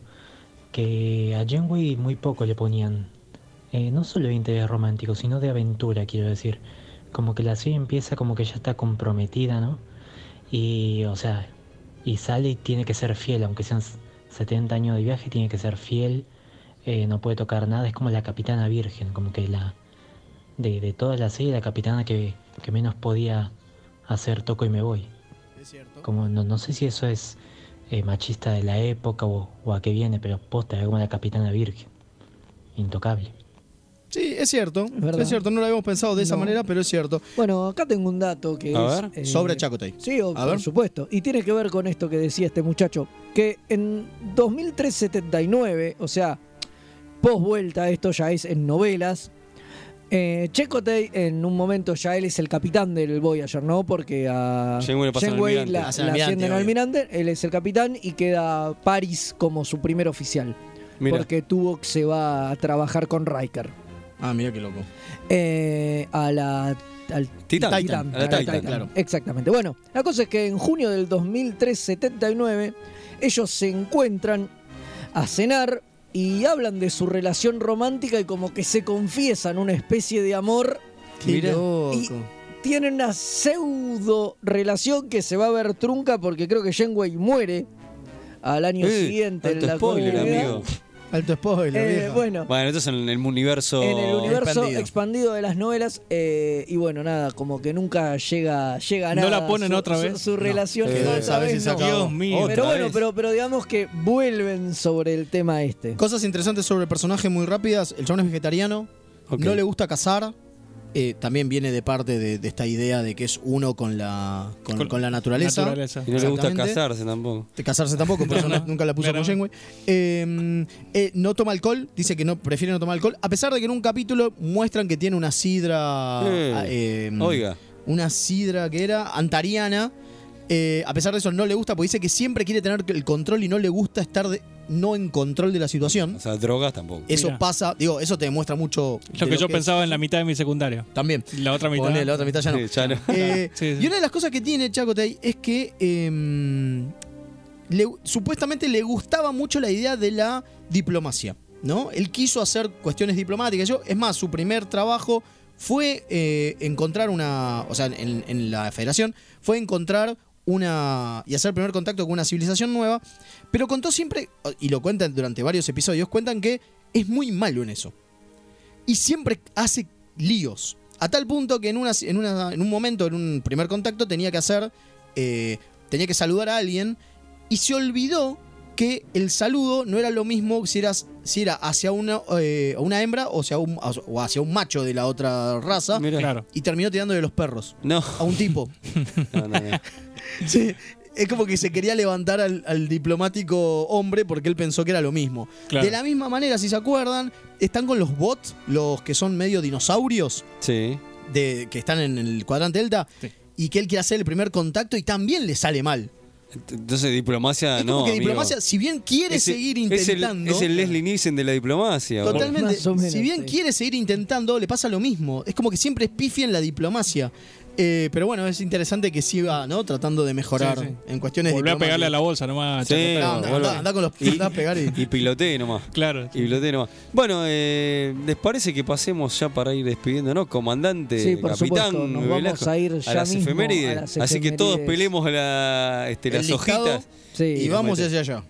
S7: que a Janeway muy poco le ponían, eh, no solo de interés romántico, sino de aventura, quiero decir. Como que la serie empieza como que ya está comprometida, ¿no? Y, o sea, y sale y tiene que ser fiel, aunque sean s- 70 años de viaje, tiene que ser fiel, eh, no puede tocar nada, es como la capitana virgen, como que la... De, de toda la serie, la capitana que, que menos podía hacer toco y me voy. Como no, no sé si eso es eh, machista de la época o, o a qué viene, pero posta, era como la capitana virgen. Intocable.
S3: Sí, es cierto. Es,
S2: verdad.
S3: cierto, no lo habíamos pensado de esa
S2: No.
S3: manera, pero es cierto. eh,
S2: Bueno, acá tengo un dato que
S3: A
S2: es, eh,
S3: ver. Sobre Chacotay.
S2: Sí, o-
S3: A
S2: por
S3: ver.
S2: supuesto. Y tiene que ver con esto que decía este muchacho, que en 2379, o sea, post vuelta, esto ya es en novelas. eh, Chakotay en un momento ya él es el capitán del Voyager, ¿no? Porque a
S4: Janeway le pasa al
S2: Janeway
S4: almirante.
S2: la,
S4: Hace
S2: la
S4: almirante,
S2: ascienden al
S4: obvio.
S2: almirante, él es el capitán y queda Paris como su primer oficial.
S3: Mirá.
S2: Porque Tuvok se va a trabajar con Riker
S3: Ah, mira qué loco.
S2: eh, a la al
S4: Titan. A la
S2: a la
S4: Titan, claro.
S2: Exactamente. Bueno, la cosa es que en junio del 2379 ellos se encuentran a cenar y hablan de su relación romántica y como que se confiesan una especie de amor.
S3: Qué
S2: Mirá.
S3: loco.
S2: Y tienen una pseudo relación que se va a ver trunca porque creo que Janeway muere al año
S4: Eh,
S2: siguiente. en
S4: alto
S2: la
S4: spoiler,
S2: continuidad.
S4: amigo.
S3: Alto spoiler,
S2: Eh,
S3: vieja.
S2: bueno,
S4: Bueno, esto es en el universo.
S2: en el universo expandido, de las novelas eh, y bueno nada como que nunca llega llega a
S5: ¿No
S2: nada
S5: la ponen
S2: su-
S5: otra
S2: su-
S5: vez?
S2: su,
S5: No.
S2: relación
S3: Quedó
S2: otra
S3: esa vez y Eh, se
S2: no.
S3: acabó. Dios mío.
S2: pero
S3: Otra
S2: bueno
S3: vez.
S2: pero pero digamos que vuelven sobre el tema este
S3: Cosas interesantes sobre el personaje muy rápidas. El chabón es vegetariano,
S4: Ok.
S3: no le gusta cazar. eh, también viene de parte de, de esta idea de que es uno con la, con,
S5: Con-
S3: con la naturaleza.
S5: naturaleza.
S4: Y no le gusta
S3: Exactamente.
S4: casarse tampoco.
S3: De casarse tampoco, por eso no- nunca la puso con Janeway. Eh, eh, no toma alcohol, dice que no prefiere no tomar alcohol, a pesar de que en un capítulo muestran que tiene una sidra.
S4: Eh,
S3: eh,
S4: oiga.
S3: Una sidra que era antariana. Eh, a pesar de eso, no le gusta, porque dice que siempre quiere tener el control y no le gusta estar de- no en control de la situación.
S4: O sea, drogas tampoco.
S3: Eso
S5: Mirá.
S3: pasa, digo, eso te demuestra mucho. de
S5: Lo que yo pensaba en la mitad de mi secundario.
S3: También.
S5: La otra mitad.
S3: Ponele, la otra mitad ya no.
S4: Sí, ya no.
S3: Eh,
S5: Sí, sí.
S3: Y una de las cosas que tiene Chacotay es que eh, le- supuestamente le gustaba mucho la idea de la diplomacia, ¿no? Él quiso hacer cuestiones diplomáticas. Yo, es más, su primer trabajo fue eh, encontrar una, o sea, en, en la federación, fue encontrar una, y hacer primer contacto con una civilización nueva, pero contó siempre, y lo cuentan durante varios episodios, cuentan que es muy malo en eso y siempre hace líos. A tal punto que en, una, en, una- en un momento, en un primer contacto, tenía que hacer. eh, tenía que saludar a alguien y se olvidó que el saludo no era lo mismo si, eras, si era hacia una, eh, una hembra o, hacia un, o hacia un macho de la otra raza.
S4: Mirá.
S5: Claro.
S3: Y terminó tirándole los perros
S4: No.
S3: a un tipo.
S4: No, no, no.
S3: Sí, es como que se quería levantar al, al diplomático hombre porque él pensó que era lo mismo.
S5: Claro.
S3: De la misma manera, si se acuerdan, están con los bots, los que son medio dinosaurios,
S4: Sí.
S3: de, que están en el cuadrante delta,
S5: Sí.
S3: y que él quiere hacer el primer contacto y también le sale mal.
S4: Entonces, diplomacia
S3: Es
S4: Ah, no.
S3: como que
S4: amigo.
S3: diplomacia, si bien quiere
S4: Ese-
S3: seguir
S4: es el-
S3: intentando...
S4: Es el, Leslie Nielsen de la diplomacia. boludo.
S3: Totalmente.
S2: Más o menos,
S3: si bien
S2: sí.
S3: quiere seguir intentando, le pasa lo mismo. Es como que siempre es pifia en la diplomacia. Eh, pero bueno, es interesante que siga ¿no? tratando de mejorar
S5: Sí, sí.
S3: en cuestiones
S5: Volví a
S3: diplomáticas.
S5: pegarle a la bolsa nomás.
S4: Sí,
S5: Chacotay.
S3: anda, anda,
S4: boludo.
S3: anda con los- anda a pegar y-
S4: y piloté nomás.
S5: Claro.
S4: Y biblioteca nomás. Bueno, eh, ¿les parece que pasemos ya para ir despidiendo, no? Comandante,
S2: Sí, por
S4: capitán,
S2: supuesto, nos vamos
S4: Velasco,
S2: a ir ya
S4: las
S2: mismo
S4: efemérides.
S2: a las
S4: Así que todos
S2: efemérides.
S4: pelemos la, este,
S3: El
S4: las
S3: listado.
S4: hojitas.
S2: Sí.
S3: Y vamos hacia allá.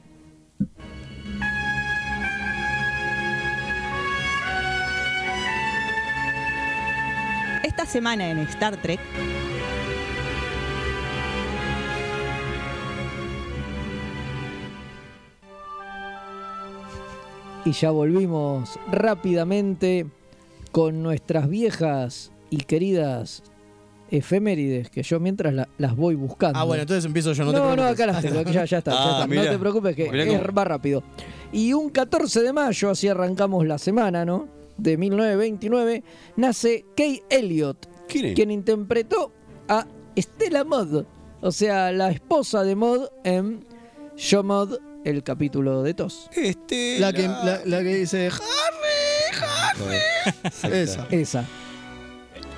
S16: Esta semana en Star Trek,
S2: y ya volvimos rápidamente con nuestras viejas y queridas efemérides que yo mientras la- las voy buscando
S3: Ah, bueno, entonces empiezo yo, no,
S2: No,
S3: te
S2: no,
S3: preocupes.
S2: acá las tengo, ya, ya está. ya
S4: Ah,
S2: está.
S4: mirá.
S2: No te preocupes, que
S4: Mirá
S2: es-
S4: cómo-
S2: va rápido. Y un 14 de mayo, así arrancamos la semana, ¿no? De 1929, nace Kay Elliot,
S4: ¿Quién es?
S2: quien interpretó a Stella Mod, o sea, la esposa de Mod en Yo Mod, el capítulo de Tos.
S4: Este,
S3: La que, la, la que dice... Esa.
S2: Esa.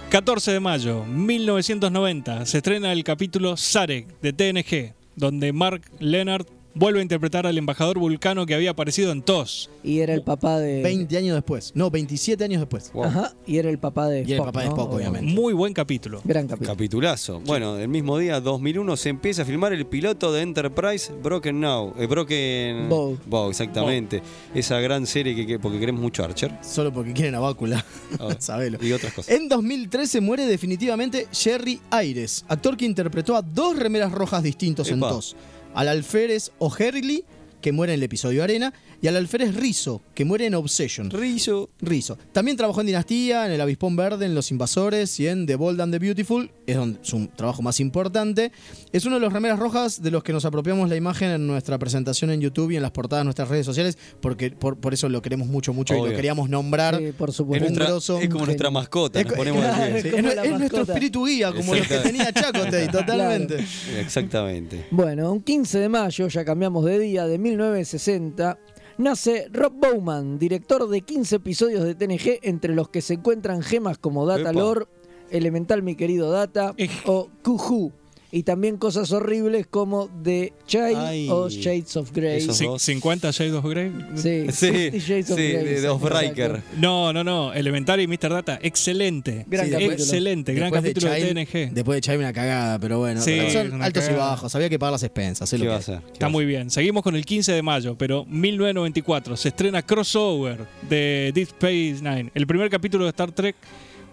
S5: 14 de mayo 1990 se estrena el capítulo Sarek de TNG, donde Mark Leonard vuelve a interpretar al embajador vulcano que había aparecido en TOS.
S2: Y era el papá de.
S3: 20 años después. No, 27 años después.
S4: Wow,
S2: Ajá, y era el papá de.
S3: Y era el papá de
S2: ¿no?
S3: Spock, obviamente.
S5: Muy buen capítulo.
S2: Gran capítulo.
S4: Capitulazo. Bueno, el mismo día, 2001, se empieza a filmar el piloto de Enterprise Broken Now. eh, Broken
S2: Bow.
S4: exactamente. Esa gran serie que, que- porque queremos mucho Archer.
S3: Solo porque quieren a Bácula.
S4: A ver,
S3: Sabelo.
S4: Y otras cosas.
S3: En 2013 muere definitivamente Jerry Aires, actor que interpretó a dos remeras rojas distintos en
S4: Epa.
S3: dos. Al alférez O'Herlihy que muere en el episodio Arena, y al alférez Rizo, que muere en Obsession.
S4: Rizo.
S3: Rizo. También trabajó en Dinastía, en El Avispón Verde, en Los Invasores y en The Bold and the Beautiful, es donde, su trabajo más importante. Es uno de los remeras rojas de los que nos apropiamos la imagen en nuestra presentación en YouTube y en las portadas de nuestras redes sociales, porque por, por eso lo queremos mucho, mucho y
S4: Obvio.
S3: lo queríamos nombrar.
S2: por
S4: Es, nuestra- es como nuestra mascota. nos ponemos así.
S3: es, es nuestro espíritu guía, como los que tenía
S4: Exactamente.
S3: Chacote, totalmente.
S4: Exactamente.
S2: Bueno, un 15 de mayo, ya cambiamos de día, de 1960, nace Rob Bowman, director de 15 episodios de TNG, entre los que se encuentran gemas como Data
S5: Epa.
S2: Lore, Elemental Mi Querido Data o Kuju. Y también cosas horribles como The Child
S5: Ay,
S2: o Shades of Grey.
S5: Cin- 50 Shades of Grey.
S2: Sí,
S4: Sí,
S2: 50 Shades of
S4: sí,
S2: Grey,
S4: de- de
S2: exacto.
S4: Off-Riker.
S5: No, no, no. Elementary y Mr. Data. Excelente.
S3: Gran
S5: Sí,
S3: capítulo.
S5: excelente. Gran
S3: Después de
S5: capítulo de,
S3: Child,
S5: TNG.
S3: Después de echarme una cagada, pero bueno.
S5: Sí,
S3: son
S5: una
S3: altos
S5: cagada.
S3: y bajos. Había que pagar las expensas. es lo
S4: ¿Qué
S3: que
S4: va a
S3: es.
S4: hacer?
S5: Está muy bien. Seguimos con el 15 de mayo, pero 1994 se estrena Crossover de Deep Space Nine, el primer capítulo de Star Trek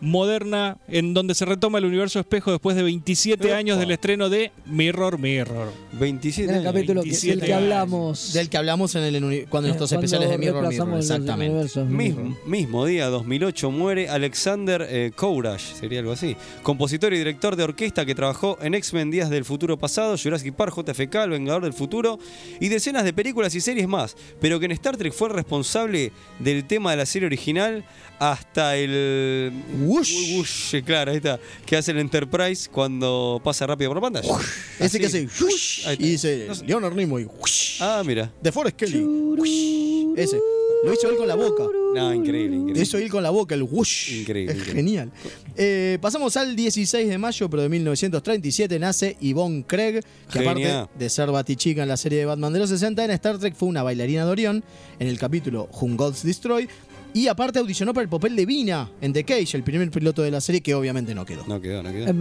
S5: moderna en donde se retoma el universo espejo después de 27 años del estreno de Mirror Mirror.
S4: 27
S2: Gran capítulo que- del que hablamos.
S3: Del que hablamos en el, en uni- cuando nuestros
S2: Cuando
S3: especiales de Mirror
S2: reemplazamos
S3: Mirror.
S2: los
S3: Exactamente.
S2: universos
S4: Mismo, mismo día, 2008, muere Alexander eh, Courage, sería algo así. Compositor y director de orquesta que trabajó en X-Men Días del Futuro Pasado, Jurassic Park, JFK, El Vengador del Futuro y decenas de películas y series más, pero que en Star Trek fue el responsable del tema de la serie original hasta el.
S3: Whoosh.
S4: Whoosh, claro, ahí está. Que hace el Enterprise cuando pasa rápido por la pantalla.
S3: Ese que hace "Whoosh",
S4: Ahí está.
S3: y dice
S4: No sé.
S3: Leonard Nimoy. "Whoosh".
S4: Ah, mira.
S3: De Forest Kelly. "Whoosh". Ese. Lo hizo él con la boca.
S4: No, increíble,
S3: Lo
S4: increíble.
S3: hizo él con la boca, el whoosh.
S4: Increíble,
S3: Es
S4: increíble.
S3: genial. Eh, pasamos al 16 de mayo, pero de 1937 nace Yvonne Craig, que
S4: Genia.
S3: aparte de ser Batichica en la serie de Batman de los 60, en Star Trek fue una bailarina de Orión en el capítulo Whom Gods Destroy. Y aparte audicionó para el papel de Vina en The Cage, el primer piloto de la serie que obviamente no quedó.
S4: No quedó, no quedó.
S2: En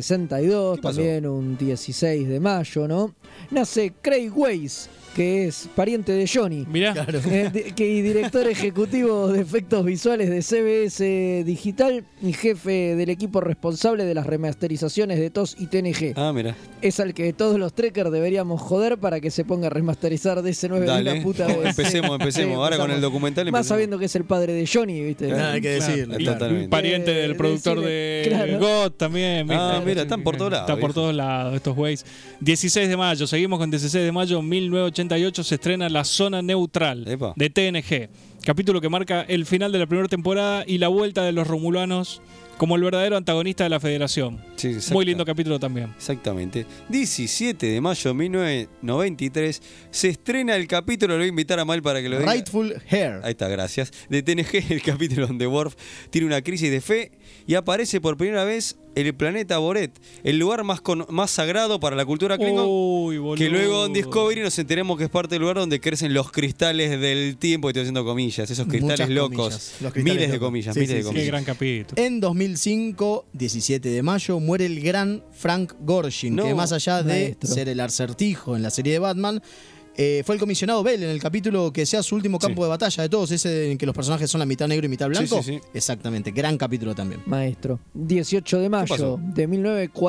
S2: 1962,
S4: pasó?
S2: también un 16 de mayo, ¿no? Nace Craig Weiss, que es pariente de Johnny.
S5: Mirá.
S2: Eh, di- que, y director ejecutivo de efectos visuales de CBS Digital y jefe del equipo responsable de las remasterizaciones de TOS y TNG.
S4: Ah, mira.
S2: Es al que todos los trekkers deberíamos joder para que se ponga a remasterizar DC9 de
S4: Dale.
S2: una puta vez.
S4: Empecemos,
S2: Sí,
S4: empecemos. Ahora con
S2: empezamos.
S4: el documental
S2: Más
S4: empecemos.
S2: sabiendo que es el padre de Johnny, ¿viste?
S3: Nada que decir.
S4: claro. Totalmente.
S5: Pariente
S2: Eh,
S5: del productor
S2: decirle,
S5: de
S2: claro.
S5: God también. ¿viste?
S4: Ah, mira, están por todos lados,
S5: Está por
S4: viejo.
S5: todos lados estos güeyes. 16 de mayo, seguimos con 16 de mayo 1988 se estrena La Zona Neutral
S4: Epa.
S5: de TNG. Capítulo que marca el final de la primera temporada y la vuelta de los romulanos como el verdadero antagonista de la Federación.
S4: Sí, exacto.
S5: Muy lindo capítulo también.
S4: Exactamente. 17 de mayo de 1993 se estrena el capítulo, lo voy a invitar a Mal para que lo diga.
S3: Rightful Hair.
S4: Ahí está, gracias. De TNG, el capítulo donde Worf tiene una crisis de fe y aparece por primera vez el planeta Boret, el lugar más, con- más sagrado para la cultura Klingon.
S5: Uy, boludo.
S4: que luego en Discovery nos enteremos que es parte del lugar donde crecen los cristales del tiempo, y estoy haciendo comillas, esos cristales
S3: Muchas
S4: locos.
S3: comillas. Los cristales
S4: miles de
S3: locos.
S4: comillas,
S3: Sí,
S4: miles
S3: sí,
S4: de
S3: sí.
S5: Qué
S4: comillas.
S5: gran capítulo.
S3: En 2005, 17 de mayo, muere el gran Frank Gorshin,
S4: No,
S3: que más allá de
S2: maestro.
S3: ser el acertijo en la serie de Batman, eh, fue el comisionado Bell en el capítulo que sea su último campo de batalla de todos, ese en que los personajes son la mitad negro y mitad blanco.
S4: sí, sí.
S3: Exactamente, gran capítulo también.
S2: Maestro. 18 de
S4: pasó?
S2: mayo de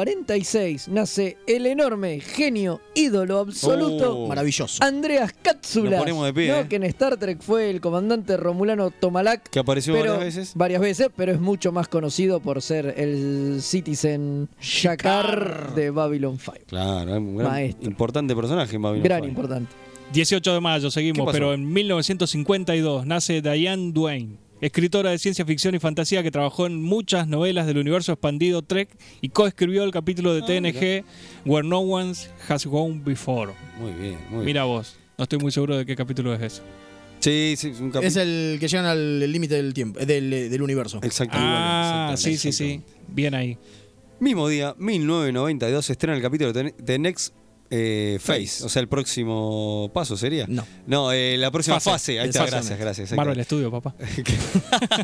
S2: 1946 nace el enorme genio, ídolo absoluto.
S4: Oh.
S3: Maravilloso.
S2: Andreas
S4: Nos
S2: Katsulas,
S4: ponemos de pie,
S2: ¿no?
S4: eh.
S2: que en Star Trek fue el comandante romulano Tomalak,
S4: Que apareció
S2: pero-
S4: varias veces.
S2: varias veces, pero es mucho más conocido por ser el Citizen Shakar de Babylon 5.
S4: Claro, es un gran-
S2: Maestro.
S4: importante personaje en Babylon
S2: Gran
S4: Five.
S2: importante.
S5: 18 de mayo,
S4: ¿Qué
S5: seguimos,
S4: pasó?
S5: pero en 1952 nace Diane Duane, escritora de ciencia ficción y fantasía que trabajó en muchas novelas del universo expandido Trek y coescribió el capítulo de TNG Where No One Has Gone Before.
S4: Muy bien, muy bien.
S5: Mira vos, no estoy muy seguro de qué capítulo es ese.
S4: Sí, sí, es un capítulo.
S3: Es el que llegan al límite del tiempo, eh, del, eh, del universo.
S4: Exactamente.
S5: Ah,
S4: exactamente,
S5: sí, sí, sí.
S4: exactamente.
S5: Bien ahí.
S4: Mismo día, 1992, se estrena el capítulo de The Next eh, Phase. O sea, el próximo paso sería.
S3: No.
S4: No, eh, la próxima
S5: Fase.
S4: fase. Ahí está,
S3: Exactamente.
S4: gracias, gracias.
S5: Marvel
S4: exactamente.
S5: Studio, papá.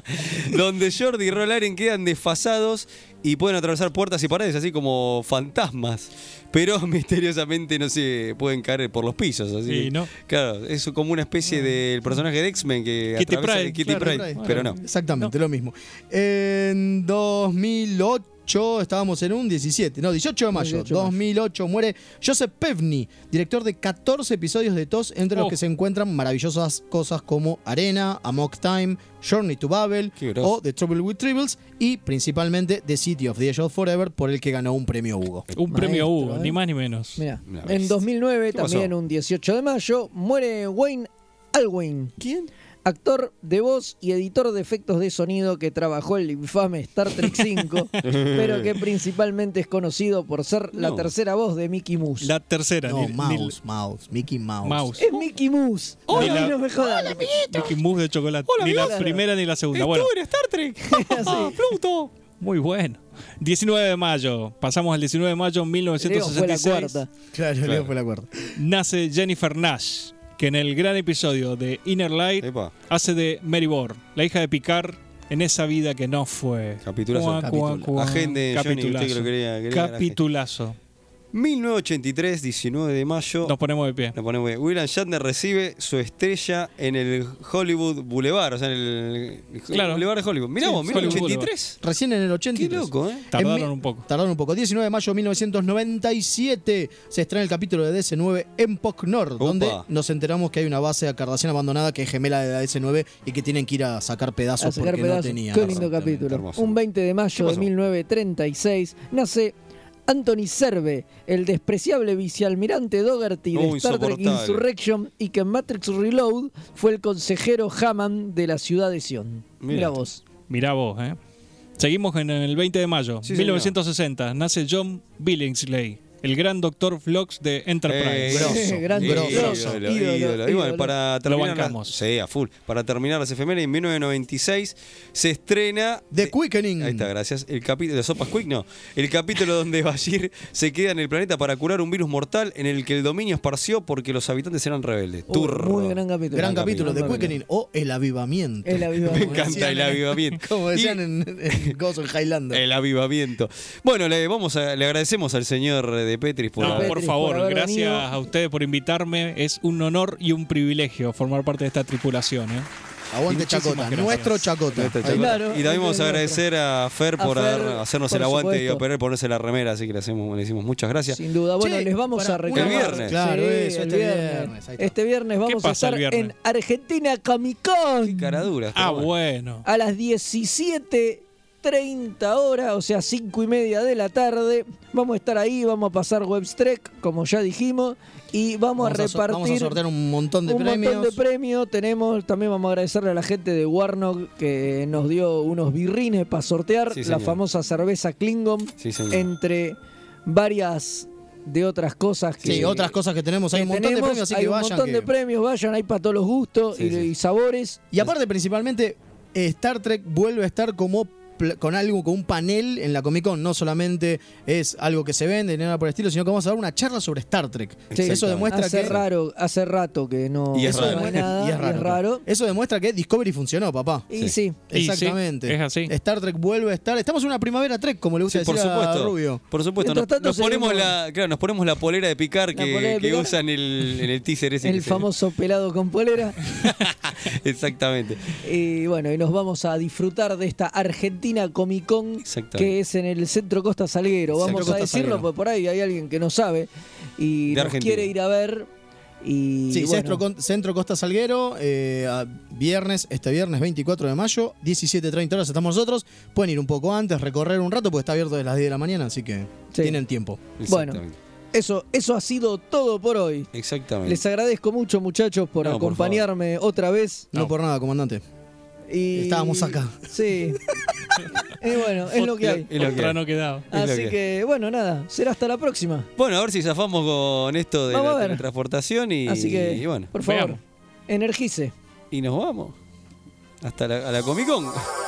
S4: Donde Jordi y Rolaren quedan desfasados y pueden atravesar puertas y paredes, así como fantasmas. Pero misteriosamente no se pueden caer por los pisos. Así
S5: Y
S4: que-
S5: no.
S4: Claro, es como una especie del personaje de X-Men que
S5: Kitty
S4: atraviesa-
S5: Pryde,
S4: Kitty
S5: claro,
S4: Pryde,
S5: Pryde.
S4: pero no.
S3: Exactamente, lo mismo. En 2008. 18, estábamos en un 17, no, 18 de mayo,
S2: 18 de mayo.
S3: 2008 muere Joseph Pevney, director de 14 episodios de TOS, entre
S2: Oh.
S3: los que se encuentran maravillosas cosas como Arena, Amok Time, Journey to Babel
S4: groso.
S3: o The Trouble with Tribbles y principalmente The City of the Age of Forever, por el que ganó un premio Hugo.
S5: Un premio
S3: ¿eh?
S5: Hugo, ni más ni menos.
S2: Mira,
S3: Una
S2: en 2009,
S3: ¿Qué pasó?
S2: también un 18 de mayo, muere Wayne Alwyn. ¿Quién? Actor de voz y editor de efectos de sonido que trabajó el infame Star Trek V, pero que principalmente es conocido por ser la
S3: No.
S2: tercera voz de Mickey Mouse.
S5: La tercera,
S3: No,
S5: ni-
S3: Mouse,
S5: ni-
S3: Mouse, Mickey Mouse.
S5: Mouse.
S2: Es Mickey Mouse.
S5: Hola.
S2: No, no me jodas.
S5: Mickey Mouse de chocolate.
S2: Hola,
S5: ni la
S2: amigos.
S5: primera ni la segunda. Bueno,
S2: Star Trek.
S5: Pluto. muy bueno. 19 de mayo. Pasamos al 19 de mayo de
S2: Leo fue la
S5: 1966.
S2: cuarta.
S3: Claro,
S5: Claro.
S3: Leo fue la cuarta.
S5: Nace Jennifer Nash, que en el gran episodio de Inner Light hace de Mary Bor, la hija de Picard, en esa vida que no fue.
S4: Capitulazo.
S5: Cuá, cuá,
S4: Capitula-
S5: cuá.
S4: Agende, Johnny, usted que lo quería- quería
S5: Capitulazo.
S4: 1983, 19 de mayo. Nos
S5: ponemos de pie.
S4: Nos ponemos de pie. William Shatner recibe su estrella en el Hollywood Boulevard, o sea, en el, el
S5: Claro.
S4: Boulevard de Hollywood. Mirá
S5: Sí,
S4: vos,
S5: Hollywood
S4: 1983.
S3: Recién en el 83.
S4: Qué loco, ¿eh?
S3: En
S5: Tardaron
S3: mi-
S5: un poco.
S3: Tardaron un poco. 19 de mayo de 1997 se estrena el capítulo de DC9 en Poc Nord, donde nos enteramos que hay una base acardaciana abandonada que es gemela de la DC9 y que tienen que ir a sacar pedazos
S2: A sacar
S3: porque
S2: pedazos.
S3: no tenían.
S2: Qué lindo capítulo. Un 20 de mayo de 1936 nace Anthony Serve, el despreciable vicealmirante Dougherty de
S4: Oh,
S2: Star Trek
S4: insoportable.
S2: Insurrection y que en Matrix Reload fue el consejero Hammond de la ciudad de Sion. Mira vos.
S5: Mirá vos, ¿eh? Seguimos en el 20 de mayo,
S2: Sí, señor.
S5: 1960. Nace John Billingsley, el gran doctor Flox de Enterprise.
S4: Eh, ídolo, ídolo, ídolo. Y bueno, para
S5: Lo
S4: terminar,
S5: bancamos.
S4: sí, a full. Para terminar las efemérides, en 1996 se estrena
S3: The Quickening.
S4: Ahí está, gracias. El capítulo de Sopas Quick, no. El capítulo donde Bashir se queda en el planeta para curar un virus mortal en el que el dominio esparció porque los habitantes eran rebeldes. Turro.
S2: Oh, Muy gran capítulo.
S3: Gran capítulo de Quickening o El Avivamiento.
S2: El
S4: Me
S2: avivamiento.
S4: encanta el avivamiento.
S3: Como decían en, en Ghost in Highlander.
S4: El avivamiento. Bueno, le, vamos a- le agradecemos al señor de Petris por,
S5: No,
S4: haber-
S5: por favor,
S2: haber
S5: gracias
S2: venido.
S5: a ustedes por invitarme. Es un honor y un privilegio formar parte de esta tripulación. ¿eh?
S3: Aguante
S5: Y muchísimas
S3: Chacota,
S5: gracias.
S3: nuestro Chacota.
S4: Nuestro Chacota. y también vamos a agradecer a Fer por haber- hacernos el aguante y operar ponerse la remera, así que le, hacemos, le decimos muchas gracias.
S2: Sin duda. Bueno, les vamos a recordar.
S4: El viernes.
S3: Claro,
S2: Sí,
S3: eso,
S2: el
S3: este
S2: viernes.
S3: viernes, ahí está.
S2: Este viernes vamos a
S4: pasa el
S2: estar en
S4: viernes?
S2: Argentina Comic Con.
S4: Caradura.
S5: Ah, bueno.
S2: a las 17.30 horas, o sea, 5 y media de la tarde. Vamos a estar ahí, vamos a pasar Webstrek, como ya dijimos, y vamos,
S3: Vamos
S2: a
S3: a so-
S2: repartir.
S3: vamos a sortear un montón de
S2: un
S3: premios.
S2: montón de premios. Tenemos, también vamos a agradecerle a la gente de Warnock que nos dio unos birrines para sortear
S4: Sí,
S2: la
S4: señor.
S2: famosa cerveza Klingon,
S4: Sí, señor.
S2: entre varias de otras cosas que.
S3: Sí, otras cosas que tenemos. Hay un
S2: que
S3: montón de
S2: tenemos.
S3: premios, así
S2: Hay
S3: que
S2: un
S3: vayan.
S2: montón
S3: que-
S2: de premios, vayan, hay para todos los gustos
S3: Sí,
S2: y,
S3: sí.
S2: y sabores.
S3: Y aparte, principalmente, eh, Star Trek vuelve a estar como pl- con algo, con un panel en la Comic Con. No solamente es algo que se vende, ni nada por el estilo, sino que vamos a dar una charla sobre Star Trek. Eso demuestra
S2: hace
S3: que.
S2: raro, hace rato que no
S4: Y es
S2: eso
S4: raro.
S2: no hay
S4: Y es
S2: nada, y es raro.
S3: Eso demuestra que Discovery funcionó, papá.
S2: Y sí.
S5: Y sí,
S3: Exactamente.
S5: es así.
S3: Star Trek vuelve a estar. Estamos en una primavera Trek, como le gusta
S4: Sí, por
S3: decir a
S4: supuesto.
S3: Rubio.
S4: Por supuesto.
S3: Mientras
S4: Nos,
S3: tanto
S4: nos ponemos
S3: seguimos-
S4: la, claro, nos ponemos la polera de picar que,
S2: polera de
S4: que
S2: picar.
S4: usan en el, en el teaser ese.
S2: El
S4: que se-
S2: famoso pelado con polera.
S4: Exactamente.
S2: Y bueno, y nos vamos a disfrutar de esta Argentina Comic Con
S4: Exactamente.
S2: que es en el Centro Costa Salguero.
S4: Centro
S2: Vamos a
S4: Costa
S2: decirlo,
S4: Salguero.
S2: porque por ahí hay alguien que no sabe y
S4: De
S2: nos
S4: Argentina.
S2: quiere ir a ver. Y
S3: Sí,
S2: bueno,
S3: centro, Con- Centro Costa Salguero, eh, a- viernes, este viernes 24 de mayo, 17.30 horas estamos nosotros. Pueden ir un poco antes, recorrer un rato, porque está abierto desde las 10 de la mañana, así que
S2: Sí.
S3: tienen tiempo.
S2: bueno eso, eso ha sido todo por hoy.
S4: Exactamente.
S2: Les agradezco mucho, muchachos, por
S3: No, por
S2: acompañarme otra vez.
S3: No, por nada, comandante.
S2: Y-
S3: Estábamos acá.
S2: Sí. y bueno, es lo que hay.
S4: Es lo que
S5: Otra
S4: hay.
S5: no quedaba.
S4: Es lo
S2: Así
S4: que-
S2: que, bueno, nada, será hasta la próxima.
S4: Bueno, a ver si zafamos con esto de
S2: Vamos a
S4: la
S2: ver.
S4: teletransportación y,
S2: Así que,
S4: y bueno.
S2: por favor, energice.
S4: Y nos vamos. Hasta la, a la Comic Con.